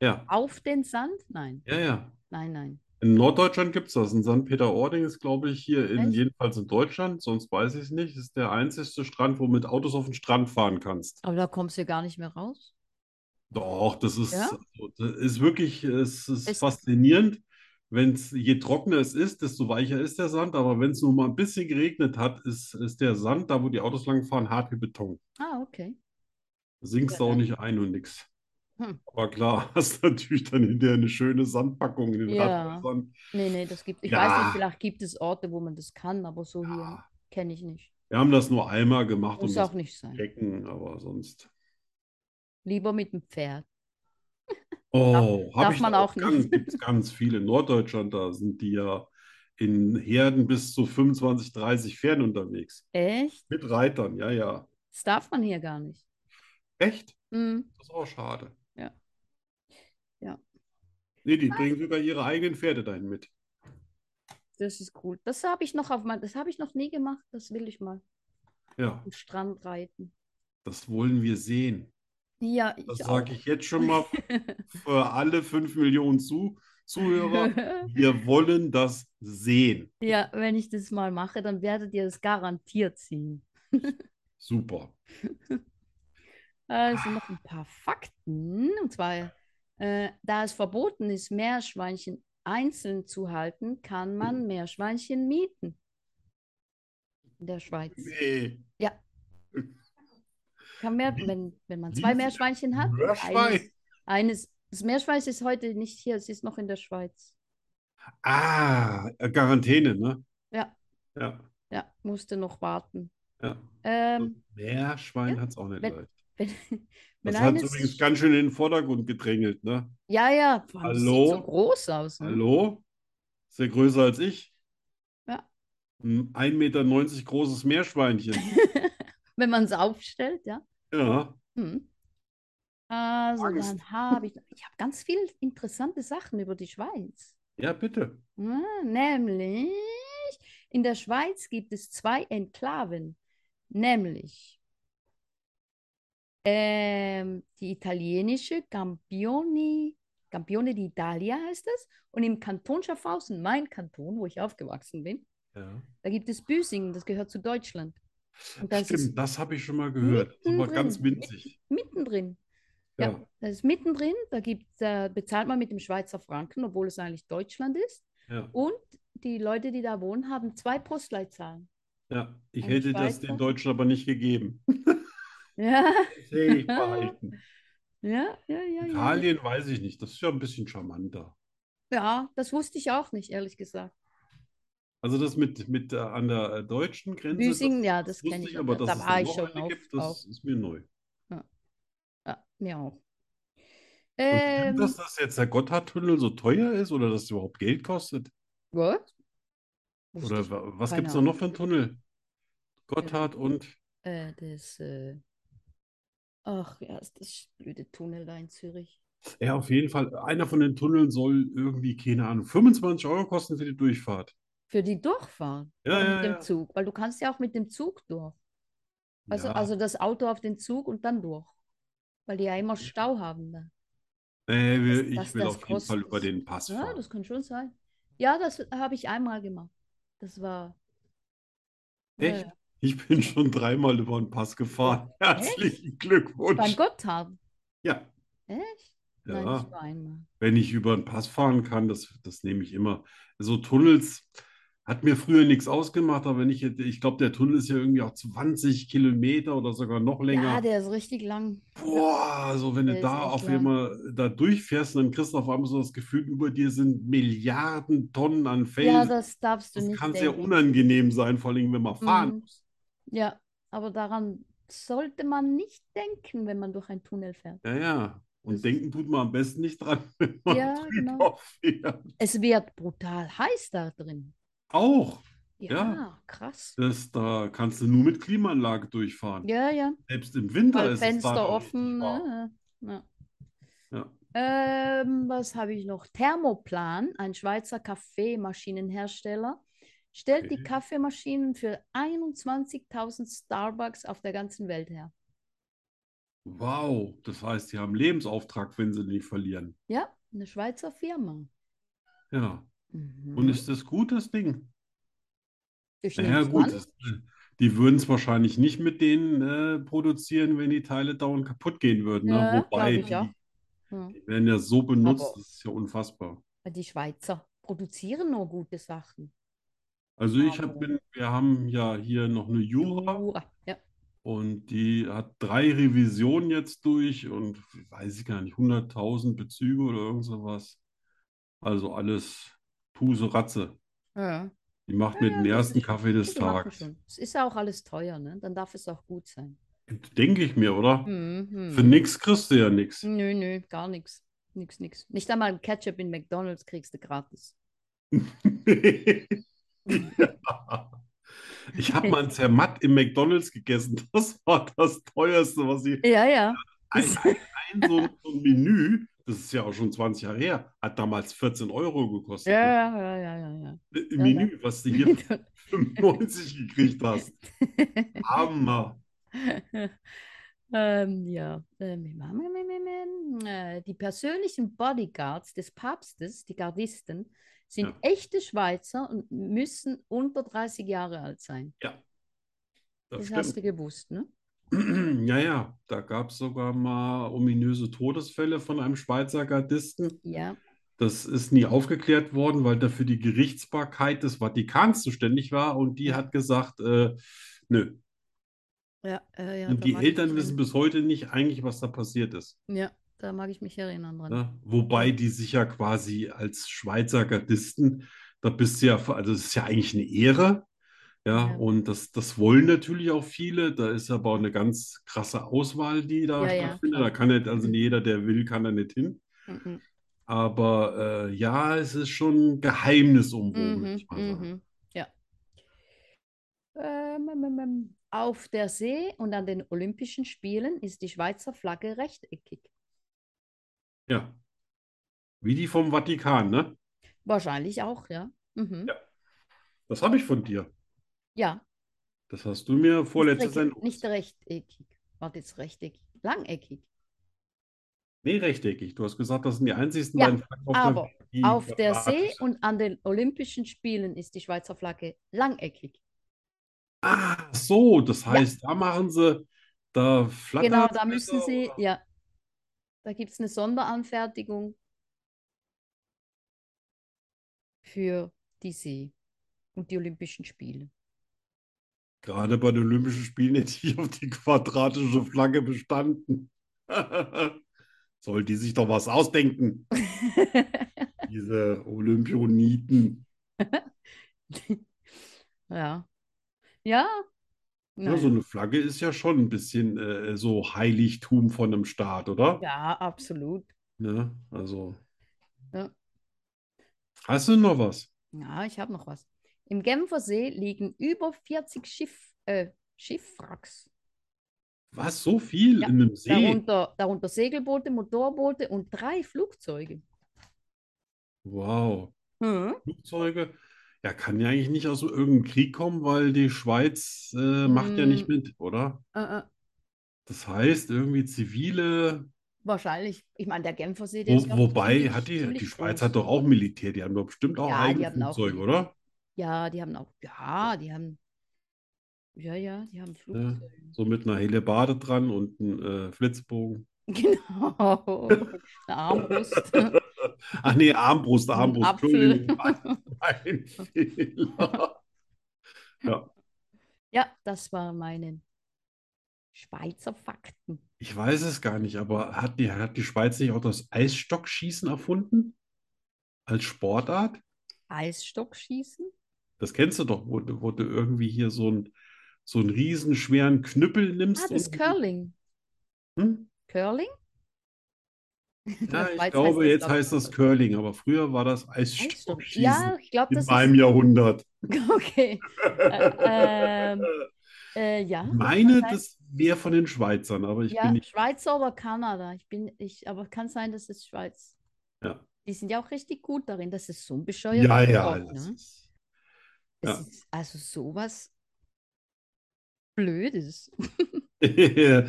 ja, Auf den Sand? Nein. ja, ja. Nein, nein. In Norddeutschland gibt es das. In St. Peter-Ording ist, glaube ich, hier in, Echt? jedenfalls in Deutschland, sonst weiß ich es nicht, ist der einzigste Strand, wo du mit Autos auf den Strand fahren kannst. Aber da kommst du gar nicht mehr raus. Doch, das ist, Ja? also, das ist wirklich, es ist Ist- faszinierend. Wenn's, je trockener es ist, desto weicher ist der Sand. Aber wenn es nur mal ein bisschen geregnet hat, ist, ist der Sand, da wo die Autos langfahren, hart wie Beton. Ah, okay. Da sinkst Ja, du auch dann- nicht ein und nix. Hm. Aber klar, hast natürlich dann hinterher eine schöne Sandpackung in den Ja. Radhäusern. Nee, nee, das gibt, ich weiß Ja. nicht, vielleicht gibt es Orte, wo man das kann, aber so hier Ja, kenne ich nicht. wir haben das nur einmal gemacht, um Muss das auch nicht zu sein. checken, aber sonst. Lieber mit dem Pferd. Oh, habe darf ich man da auch nicht. ganz, gibt's ganz viele. In Norddeutschland, da sind die ja in Herden bis zu 25, 30 Pferden unterwegs. Echt? Mit Reitern, ja, ja. Das darf man hier gar nicht. Echt? Hm. Das ist auch schade. Ja. Ja. Nee, die bringen sogar ihre eigenen Pferde dahin mit. Das ist cool. Das habe ich noch auf mein, das habe ich noch nie gemacht. Das will ich mal Ja, am Strand reiten. das wollen wir sehen. Ja, Das ich auch. sage ich jetzt schon mal für alle 5 Millionen Zu Zuhörer. Wir wollen das sehen. Ja, wenn ich das mal mache, dann werdet ihr das garantiert sehen. Super. Also noch Ah, ein paar Fakten. Und zwar, äh, da es verboten ist, Meerschweinchen einzeln zu halten, kann Mhm. man Meerschweinchen mieten. In der Schweiz. Nee. Kann mehr, Wie- wenn, wenn man wie zwei viele Meerschweinchen hat, Meerschwein? eines, eines, das Meerschwein ist heute nicht hier, es ist noch in der Schweiz. Ah, Quarantäne, ne? Ja. Ja, Ja, musste noch warten. ja. Ähm, Meerschwein Ja. hat es auch nicht Wenn- leicht. wenn, Wenn Das hat eines übrigens sich- ganz schön in den Vordergrund gedrängelt, ne? Ja, ja, vor allem, das Hallo? sieht so groß aus. Ne? Hallo? Ist der größer als ich? Ja. Ein 1,90 Meter großes Meerschweinchen. Wenn man es aufstellt, ja. Ja. Hm. Also, Angst. dann habe ich, ich habe ganz viel interessante Sachen über die Schweiz. Ja, bitte. Ah, nämlich, in der Schweiz gibt es zwei Enklaven, nämlich ähm, die italienische Campione, Campione d'Italia heißt das, und im Kanton Schaffhausen, mein Kanton, wo ich aufgewachsen bin, Ja. da gibt es Büsingen, das gehört zu Deutschland. Und das Stimmt, ist das habe ich schon mal gehört. Das ist aber Mittendrin, ganz winzig. mittendrin. Ja, Ja. das ist mittendrin, da gibt, da bezahlt man mit dem Schweizer Franken, obwohl es eigentlich Deutschland ist. Ja. Und die Leute, die da wohnen, haben zwei Postleitzahlen. Ja. Ich Ein hätte das den Schweizer? Deutschen aber nicht gegeben. Ja, Das hätte ich behalten. ja, ja, ja, ja. Italien weiß ich nicht. Das ist ja ein bisschen charmanter. Ja, das wusste ich auch nicht, ehrlich gesagt. Also das mit, mit äh, an der äh, deutschen Grenze, das, Büsingen, ja, das wusste kenne ich, ich, aber aber dass es da war noch ich schon eine oft gibt, das ist mir neu. Und Ja, mir auch. stimmt Ähm, das, dass jetzt der Gotthardtunnel so teuer ist oder dass es überhaupt Geld kostet? what? Wusste Oder ich. wa- was Keine gibt es da noch für einen Tunnel? Gotthard und Äh, das, äh, ach ja, ist das blöde Tunnel da in Zürich. ja, auf jeden Fall, einer von den Tunneln soll irgendwie, keine Ahnung, 25 Euro kosten für die Durchfahrt. Für die Durchfahrt Ja, oder ja, mit dem ja. Zug, weil du kannst ja auch mit dem Zug durch. Also, Ja. also das Auto auf den Zug und dann durch. Weil die ja immer Stau haben da. Nee, wir- dass- ich dass will das auf jeden Fall kostet. über den Pass Ja, fahren. das kann schon sein. Ja, das habe ich einmal gemacht. Das war. Ja, Echt? ja. Ich bin schon dreimal über den Pass gefahren. Herzlichen Glückwunsch. Beim Gotthard. Ja, Echt? Nein, ja. nicht nur einmal. wenn ich über den Pass fahren kann, das, das nehme ich immer. So Tunnels hat mir früher nichts ausgemacht, aber wenn ich jetzt, ich glaube, der Tunnel ist ja irgendwie auch 20 Kilometer oder sogar noch Ja, länger. der ist richtig lang. Boah, so wenn du Der ist da echt auf lang. einmal da durchfährst, dann kriegst du auf einmal so das Gefühl, über dir sind Milliarden Tonnen an Ja, Felsen. das darfst du Das nicht kann sehr denken. unangenehm sein, vor allem, wenn man fahren Mhm. muss. Ja, aber daran sollte man nicht denken, wenn man durch einen Tunnel fährt. Ja, ja. Und Das ist- denken tut man am besten nicht dran, wenn man Ja, genau. drüber fährt. Es wird brutal heiß da drin. Auch, Ja, Ja. krass. das, da kannst du nur mit Klimaanlage durchfahren. Ja, ja. Selbst im Winter Weil ist es da Fenster noch offen. richtig warm. Ne? Ja. Ja. Ähm, was habe ich noch? Thermoplan, ein Schweizer Kaffeemaschinenhersteller, stellt die Okay. Kaffeemaschinen für 21.000 Starbucks auf der ganzen Welt her. Wow, das heißt, die haben Lebensauftrag, wenn sie nicht verlieren. Ja, eine Schweizer Firma. Ja. Und Mhm. ist das gut, das Ding? Ich Naja, nehm's gut, an. das, die würden es wahrscheinlich nicht mit denen äh, produzieren, wenn die Teile dauernd kaputt gehen würden. Ne? Ja, Wobei, glaub ich die, auch. Ja. die werden ja so benutzt, Aber- das ist ja unfassbar. Hm. Weil Die Schweizer produzieren nur gute Sachen. Also ich hab, Aber- bin, wir haben ja hier noch eine Jura Jura. Ja. und die hat drei Revisionen jetzt durch und weiß ich gar nicht, 100.000 Bezüge oder irgend sowas. Also alles Puseratze. Ja. Die macht mir Ja, den das ersten ist- Kaffee des Die machen Tages. schon. Es ist ja auch alles teuer, ne? Dann darf es auch gut sein. Denke ich mir, oder? Mhm. Für nix kriegst du ja nix. Nö, nö, gar nichts. Nix, nix. Nicht einmal Ketchup in McDonald's kriegst du gratis. Ja. Ich habe mal ein Zermatt im McDonald's gegessen. Das war das teuerste, was ich. Ja, ja. Ein, ein, ein so ein, so ein Menü, das ist ja auch schon 20 Jahre her, hat damals 14 Euro gekostet. Ja, ja, ja, ja, Äh, Im Ja, ja. Menü, was du hier für ja. 95 gekriegt hast. Hammer. ähm, ja. Ähm, äh, die persönlichen Bodyguards des Papstes, die Gardisten, sind Ja. echte Schweizer und müssen unter 30 Jahre alt sein. Das Das hast du stimmt. gewusst, ne? Ja, ja, da gab es sogar mal ominöse Todesfälle von einem Schweizer Gardisten. Ja. Das ist nie aufgeklärt worden, weil dafür die Gerichtsbarkeit des Vatikans zuständig war und die Ja. hat gesagt, äh, nö. Ja, äh, ja, Und da die mag ich Eltern mich wissen bis heute nicht eigentlich, was da passiert ist. erinnern. Ja, da mag ich mich erinnern dran. Ne? Wobei die sich ja quasi als Schweizer Gardisten, da bist du ja, also es ist ja eigentlich eine Ehre, Ja, Ja. und das, das wollen natürlich auch viele. Da ist aber auch eine ganz krasse Auswahl, die da Ja, ja, stattfindet. klar. Da kann nicht, also Mhm. jeder, der will, kann da nicht hin. Mhm. Aber äh, ja, es ist schon geheimnisumwoben, würde ich mal Mhm, sagen. mhm, ja. Ähm, ähm, ähm, Auf der See und an den Olympischen Spielen ist die Schweizer Flagge rechteckig. Ja. Wie die vom Vatikan, ne? Wahrscheinlich auch, ja. Mhm. Ja. Das habe ich von dir. Ja, Das hast du mir vorletzte nicht, recht, Sendung. nicht rechteckig. Warte jetzt rechteckig. Langeckig. Nee, rechteckig. Du hast gesagt, das sind die einzigsten Ja, beiden Flaggen auf der aber Welt, die Auf der quadratisch See sind. und an den Olympischen Spielen ist die Schweizer Flagge langeckig. Ah, so, das heißt, da machen sie, da flattern Genau, sie da müssen besser, Sie, oder? ja, da gibt es eine Sonderanfertigung für die See und die Olympischen Spiele. Gerade bei den Olympischen Spielen hätte ich auf die quadratische Flagge bestanden. Soll die sich doch was ausdenken, diese Olympioniten. Ja. Ja. Ja, Nein. Ne, so eine Flagge ist ja schon ein bisschen äh, so Heiligtum von einem Staat, oder? Ja, absolut. Ne? Also. Ja. Hast du noch was? Ja, ich habe noch was. Im Genfer See liegen über 40 Schiff, äh, Schiffwracks. Was, so viel Ja, in einem See? Darunter, darunter Segelboote, Motorboote und drei Flugzeuge. Wow. Hm? Flugzeuge. Ja, kann ja eigentlich nicht aus irgendeinem Krieg kommen, weil die Schweiz äh, macht ja nicht Mm. mit, oder? Äh, äh, Das heißt, irgendwie zivile. wahrscheinlich. Ich meine, der Genfer See, der Wo, ist ja auch wobei, ziemlich, hat die, ziemlich die Schweiz groß. hat doch auch Militär, die haben doch bestimmt auch Ja, die eigene haben auch Flugzeuge, Militär. oder? Ja, die haben auch, ja, die haben, ja, ja, die haben Flugzeuge. So mit einer Hellebarde dran und einem äh, Flitzebogen. Genau. Eine Armbrust. Ach Ah, nee, Armbrust, Armbrust, Apfel. Entschuldigung, mein, mein Fehler. Ja, das waren meine Schweizer Fakten. Ich weiß es gar nicht, aber hat die, hat die Schweiz nicht auch das Eisstockschießen erfunden? Als Sportart? Eisstockschießen? Das kennst du doch, wo, du- wo du irgendwie hier so einen so einen riesenschweren Knüppel Ah, nimmst das und. Curling. Hm? Curling? Ja, ich Schweiz heißt glaube, das, jetzt glaub ich, heißt das anders. Curling, aber früher war das Eisstock. Eisstockschießen Ja, ich glaube, in das meinem Jahrhundert. ist. Okay. Ä- Äh, ähm, Äh, ja. Ich meine, sein. das wäre von den Schweizern, aber ich bin Ja, nicht. Schweizer oder Kanada. Ich bin, ich, aber kann sein, dass es Schweiz. Ja. Die sind ja auch richtig gut darin. Das ist so ein bescheuerter Ja, ja, Sport, das ne? ist. Das ja. ist also sowas Blödes. Ja,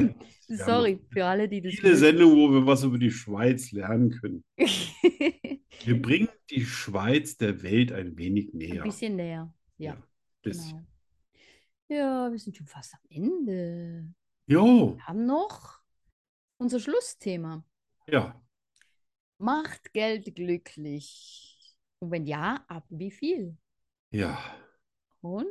noch Sorry für alle, die das viele blöd Sendungen, wo wir was über die Schweiz lernen können. Ein Wir bringen die Schweiz der Welt ein wenig näher. bisschen näher. Ja, Ja, bisschen. genau. Ja, wir sind schon fast am Ende. Jo, Wir haben noch unser Schlussthema. ja. Macht Geld glücklich? Und wenn ja, ab wie viel? Ja. Und?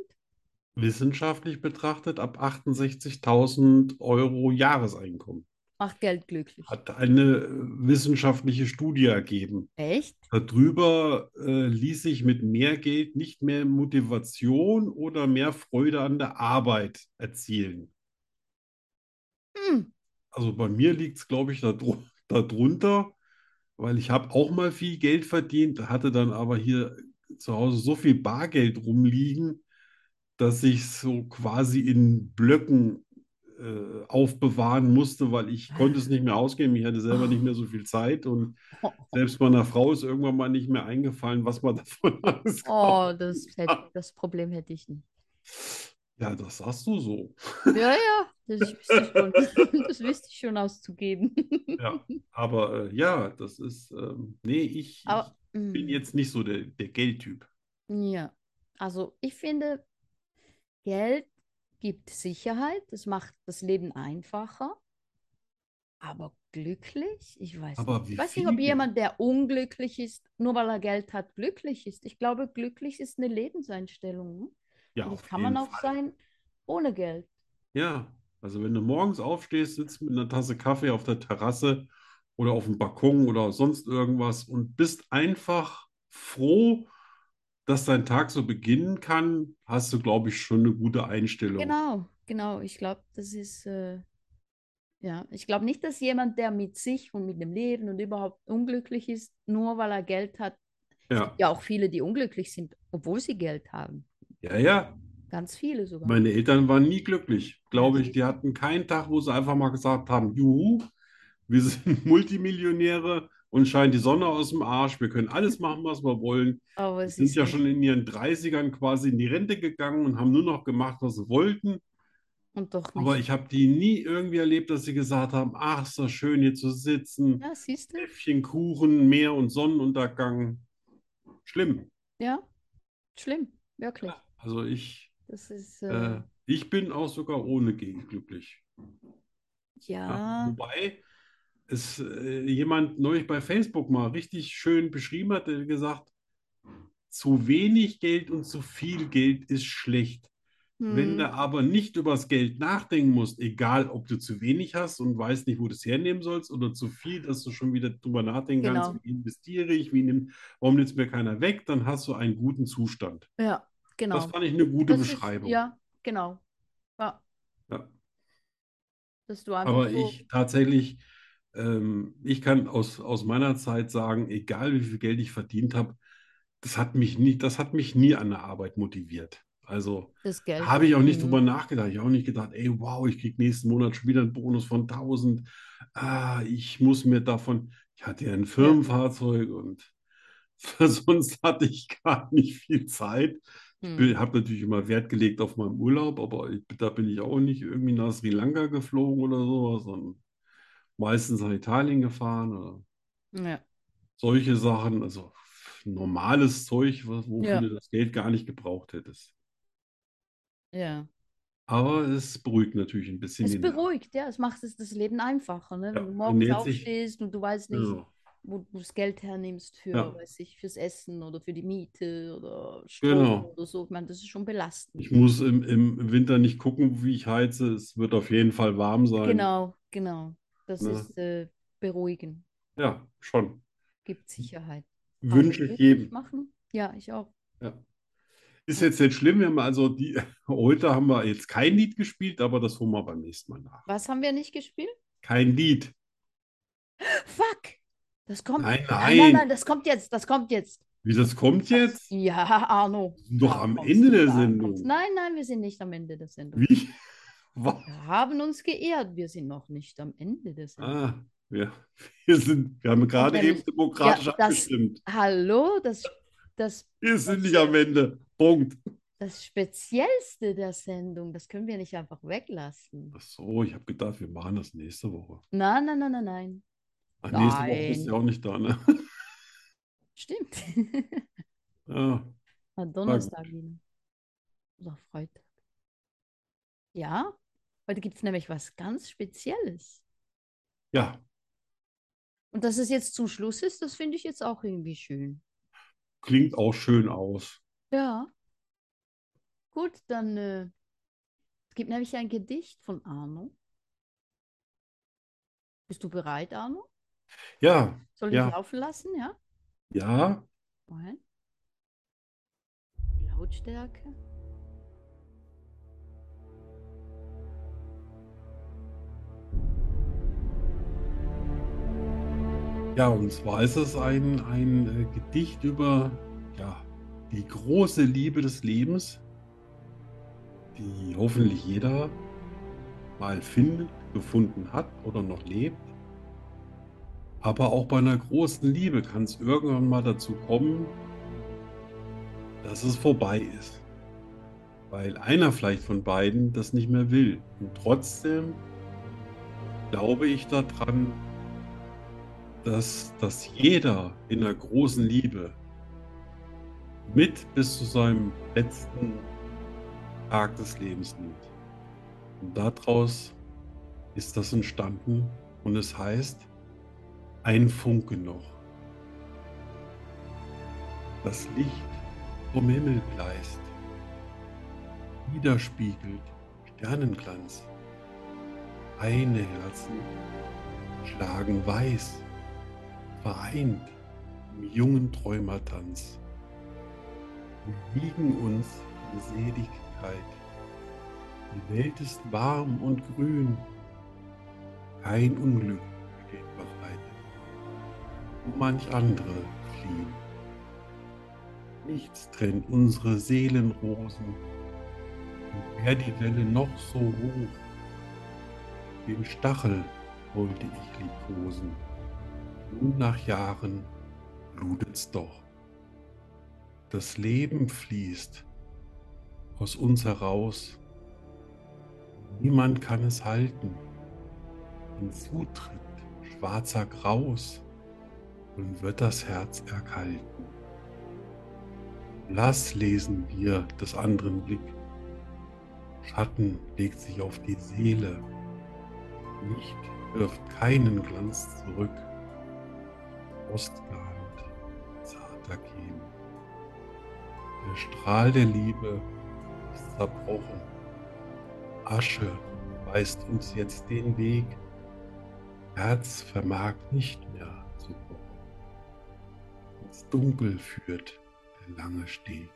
Wissenschaftlich betrachtet ab 68.000 Euro Jahreseinkommen. Macht Geld glücklich. Hat eine äh, wissenschaftliche Studie ergeben. Echt? Darüber äh, ließ sich mit mehr Geld nicht mehr Motivation oder mehr Freude an der Arbeit erzielen. Hm. Also bei mir liegt es, glaube ich, dadru- darunter, weil ich habe auch mal viel Geld verdient, hatte dann aber hier zu Hause so viel Bargeld rumliegen, dass ich so quasi in Blöcken äh, aufbewahren musste, weil ich konnte es nicht mehr ausgeben. Ich hatte selber nicht mehr so viel Zeit und Oh, selbst meiner Frau ist irgendwann mal nicht mehr eingefallen, was man davon alles kauft. oh, das, hätte, das Problem hätte ich nicht. Ja, das sagst du so. Ja, ja, das wüsste ich schon. Das wüsste ich schon auszugeben. Ja, aber äh, ja, das ist, ähm, nee, ich, ich Aber, bin hm. jetzt nicht so der, der Geldtyp. Ja, also ich finde, Geld gibt Sicherheit, das macht das Leben einfacher, aber glücklich, ich weiß Aber nicht. wie Ich weiß nicht, ob viel? jemand, der unglücklich ist, nur weil er Geld hat, glücklich ist. Ich glaube, glücklich ist eine Lebenseinstellung. Ne? Ja, Und das auf kann man jeden auch Fall. sein ohne Geld. Ja, also wenn du morgens aufstehst, sitzt mit einer Tasse Kaffee auf der Terrasse oder auf dem Balkon oder sonst irgendwas und bist einfach froh, dass dein Tag so beginnen kann, hast du, glaube ich, schon eine gute Einstellung. Genau, genau. Ich glaube, das ist, äh, ja, ich glaube nicht, dass jemand, der mit sich und mit dem Leben und überhaupt unglücklich ist, nur weil er Geld hat, Ja, ja auch viele, die unglücklich sind, obwohl sie Geld haben. ja, ja. Ganz viele sogar. Meine Eltern waren nie glücklich, glaube ich. siehst Die hatten keinen Tag, wo sie einfach mal gesagt haben, juhu, wir sind Multimillionäre und scheint die Sonne aus dem Arsch, wir können alles machen, was wir wollen. Aber Die es sind ist ja nicht- schon in ihren 30ern quasi in die Rente gegangen und haben nur noch gemacht, was sie wollten. und doch Aber nicht. ich habe die nie irgendwie erlebt, dass sie gesagt haben, ach, ist das schön hier zu sitzen, Ja, siehst du? Äffchen Kuchen, Meer und Sonnenuntergang. Schlimm. Ja, schlimm, wirklich. Also ich, Das ist, äh, äh, ich bin auch sogar ohne Geld glücklich. Ja, ja, wobei es äh, jemand neulich bei Facebook mal richtig schön beschrieben hat, der gesagt, zu wenig Geld und zu viel Geld ist schlecht. Wenn hm, du aber nicht über das Geld nachdenken musst, egal ob du zu wenig hast und weißt nicht, wo du es hernehmen sollst, oder zu viel, dass du schon wieder drüber nachdenken kannst, Genau. wie investiere ich, wie nimm, warum nimmt es mir keiner weg, dann hast du einen guten Zustand. ja, Das genau. fand ich eine gute Das ist- Beschreibung. ja, genau. Ja, Ja. dass du einfach Aber so, ich tatsächlich, ähm, ich kann aus, aus meiner Zeit sagen, egal wie viel Geld ich verdient habe, das hat mich nie, das hat mich nie an der Arbeit motiviert. Also das Geld. habe ich auch nicht Mhm. drüber nachgedacht. Ich habe auch nicht gedacht, ey, wow, ich kriege nächsten Monat schon wieder einen Bonus von 1000. Ah, ich muss mir davon, ich hatte ja ein Firmenfahrzeug und sonst hatte ich gar nicht viel Zeit. Hm. Ich habe natürlich immer Wert gelegt auf meinen Urlaub, aber ich, da bin ich auch nicht irgendwie nach Sri Lanka geflogen oder sowas, sondern meistens nach Italien gefahren oder Ja, solche Sachen, also normales Zeug, wo- wofür Ja. du das Geld gar nicht gebraucht hättest. ja. Aber es beruhigt natürlich ein bisschen Es den Nerv. beruhigt, ja, es macht es das Leben einfacher, ne? Ja, Wenn du man morgens nähert sich- aufstehst und du weißt nicht, Genau. wo du das Geld hernimmst für, Ja. weiß ich, fürs Essen oder für die Miete oder Strom Genau. oder so. Ich meine, das ist schon Ich belastend. muss im, im Winter nicht gucken, wie ich heize. Es wird auf jeden Fall warm sein. Genau, genau. Das Ne? ist äh, beruhigen, Ja, schon. gibt Sicherheit. Aber Wünsche ich glücklich jedem. Machen? Ja, ich auch. Ist jetzt nicht schlimm, wir haben also die, heute haben wir jetzt kein Lied gespielt, aber das holen wir beim nächsten Mal nach. Was haben wir nicht gespielt? Kein Lied. äh, Fuck! Das kommt. Nein, Nein, nein, nein. das kommt jetzt, das kommt jetzt. Wie das kommt jetzt? Ja, Arno. Wir sind doch da am kommst Ende du, der da Sendung. kommst- Nein, nein, wir sind nicht am Ende der Sendung. Wie? Was? Wir haben uns geehrt, wir sind noch nicht am Ende der Sendung. Ah, wir, wir sind, wir haben gerade wenn eben ich- demokratisch ja, das- abgestimmt. Hallo, das, das, Wir sind das- nicht am Ende. Punkt. das Speziellste der Sendung, das können wir nicht einfach weglassen. Ach so, ich habe gedacht, wir machen das nächste Woche. Nein, nein, nein, nein, nein. Ach, nächste Woche bist du Nein. ja auch nicht da, ne? Stimmt. Ja. Am Donnerstag wieder. Oder Freitag. Ja, heute gibt es nämlich was ganz Spezielles. Ja, Und dass es jetzt zum Schluss ist, das finde ich jetzt auch irgendwie schön. klingt auch schön aus. Ja. Gut, dann äh, es gibt nämlich ein Gedicht von Arno. Bist du bereit, Arno? Ja, Soll Ja. ich laufen lassen, ja? ja, Moment. Lautstärke. ja, und zwar ist es ein, ein äh, Gedicht über, ja, die große Liebe des Lebens, die hoffentlich jeder mal findet, gefunden hat oder noch lebt. Aber auch bei einer großen Liebe kann es irgendwann mal dazu kommen, dass es vorbei ist. Weil einer vielleicht von beiden das nicht mehr will. Und trotzdem glaube ich daran, dass, dass jeder in der großen Liebe mit bis zu seinem letzten Tag des Lebens lebt. Und daraus ist das entstanden und es heißt, ein Funke noch. Das Licht vom Himmel gleist, widerspiegelt Sternenglanz. Eine Herzen schlagen weiß, vereint im jungen Träumertanz. und wiegen uns in Seligkeit. Die Welt ist warm und grün, kein Unglück steht bereit. Wo manch andere fliehen. Nichts trennt unsere Seelenrosen, und wär die Welle noch so hoch, den Stachel wollte ich liebkosen. Nun nach Jahren blutet's doch. Das Leben fließt aus uns heraus. Niemand kann es halten. Hinzutritt schwarzer Graus und wird das Herz erkalten. Lass lesen wir des anderen Blick. Schatten legt sich auf die Seele. Licht wirft keinen Glanz zurück. Ostgehand, zarter Kehl. Der Strahl der Liebe ist zerbrochen. Asche weist uns jetzt den Weg. Herz vermag nicht mehr zu pochen. Ins Dunkel führt der lange Steg.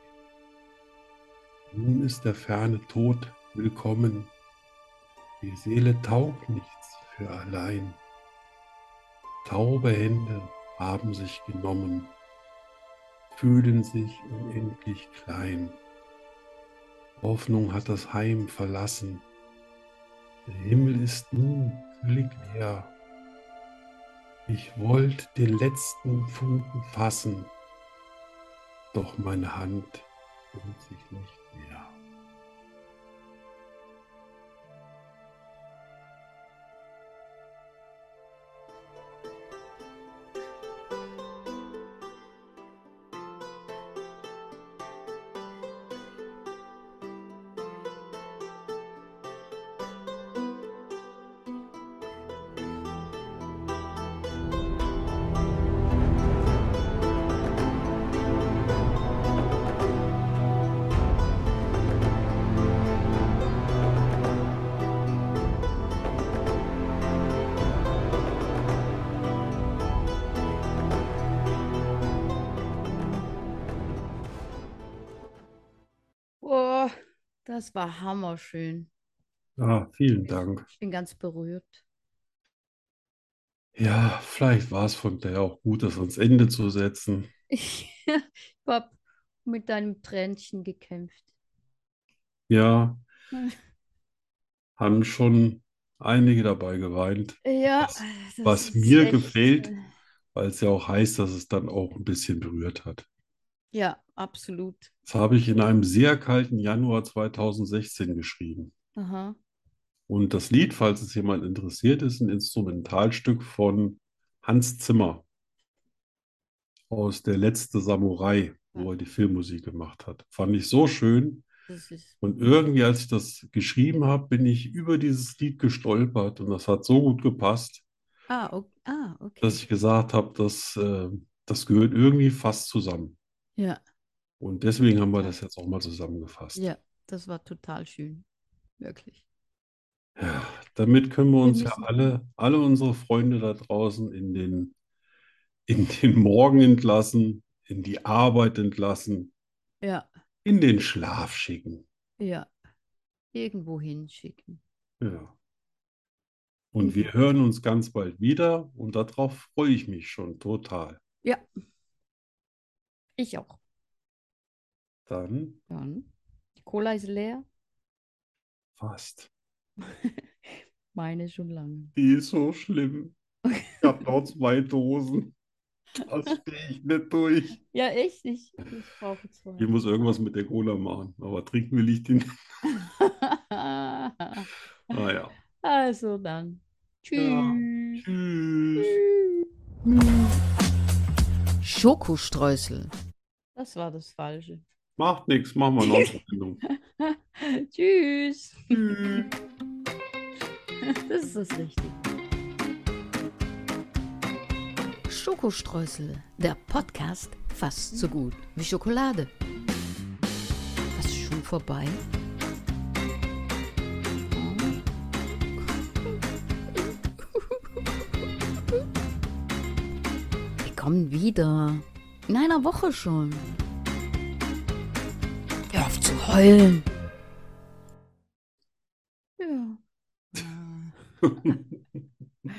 Nun ist der ferne Tod willkommen. Die Seele taugt nichts für allein. Taube Hände haben sich genommen, fühlen sich unendlich klein. Hoffnung hat das Heim verlassen. Der Himmel ist nun völlig leer. Ich wollte den letzten Funken fassen, doch meine Hand rührt sich nicht mehr. Oh, das war hammerschön. Ah, vielen Dank. Ich bin ganz berührt. Ja, vielleicht war es von daher auch gut, das ans Ende zu setzen. Ich habe mit deinem Tränchen gekämpft. Ja, Hm. haben schon einige dabei geweint, Ja, Was- das was ist mir echt, gefällt- äh, weil es ja auch heißt, dass es dann auch ein bisschen berührt hat. Ja, absolut. Das habe ich in einem sehr kalten Januar 2016 geschrieben. Aha. Und das Lied, falls es jemand interessiert, ist ein Instrumentalstück von Hans Zimmer aus Der letzte Samurai, wo er die Filmmusik gemacht hat. Fand ich so schön. Das ist, Und irgendwie, als ich das geschrieben habe, bin ich über dieses Lied gestolpert und das hat so gut gepasst, ah, o- ah, okay. dass ich gesagt habe, dass, äh, das gehört irgendwie fast zusammen. Ja, Und deswegen haben wir das jetzt auch mal zusammengefasst. ja, das war total schön. Wirklich. Ja, damit können wir uns ja müssen- alle, alle unsere Freunde da draußen in den, in den Morgen entlassen, in die Arbeit entlassen, Ja, in den Schlaf schicken. ja. Irgendwo hinschicken. Ja. Und wir hören uns ganz bald wieder und darauf freue ich mich schon total. Ich auch. Dann Dann. Die Cola ist leer. fast. Meine schon lange. Die ist so schlimm. Ich habe noch zwei Dosen. Das stehe ich nicht durch. Ja, echt? Ich, ich brauche zwei. Ich muss irgendwas mit der Cola machen, aber trinken will ich die nicht. Naja. also dann. Ja. Tschüss. Tschüss. Schokostreusel. Das war das Falsche. Macht nichts, machen wir noch eine Sendung. Tschüss. Hm. Das ist das Richtige. Schokostreusel, der Podcast fast so gut wie Schokolade. Was ist schon vorbei? Wir kommen wieder. In einer Woche schon. Hör auf zu heulen. Ja.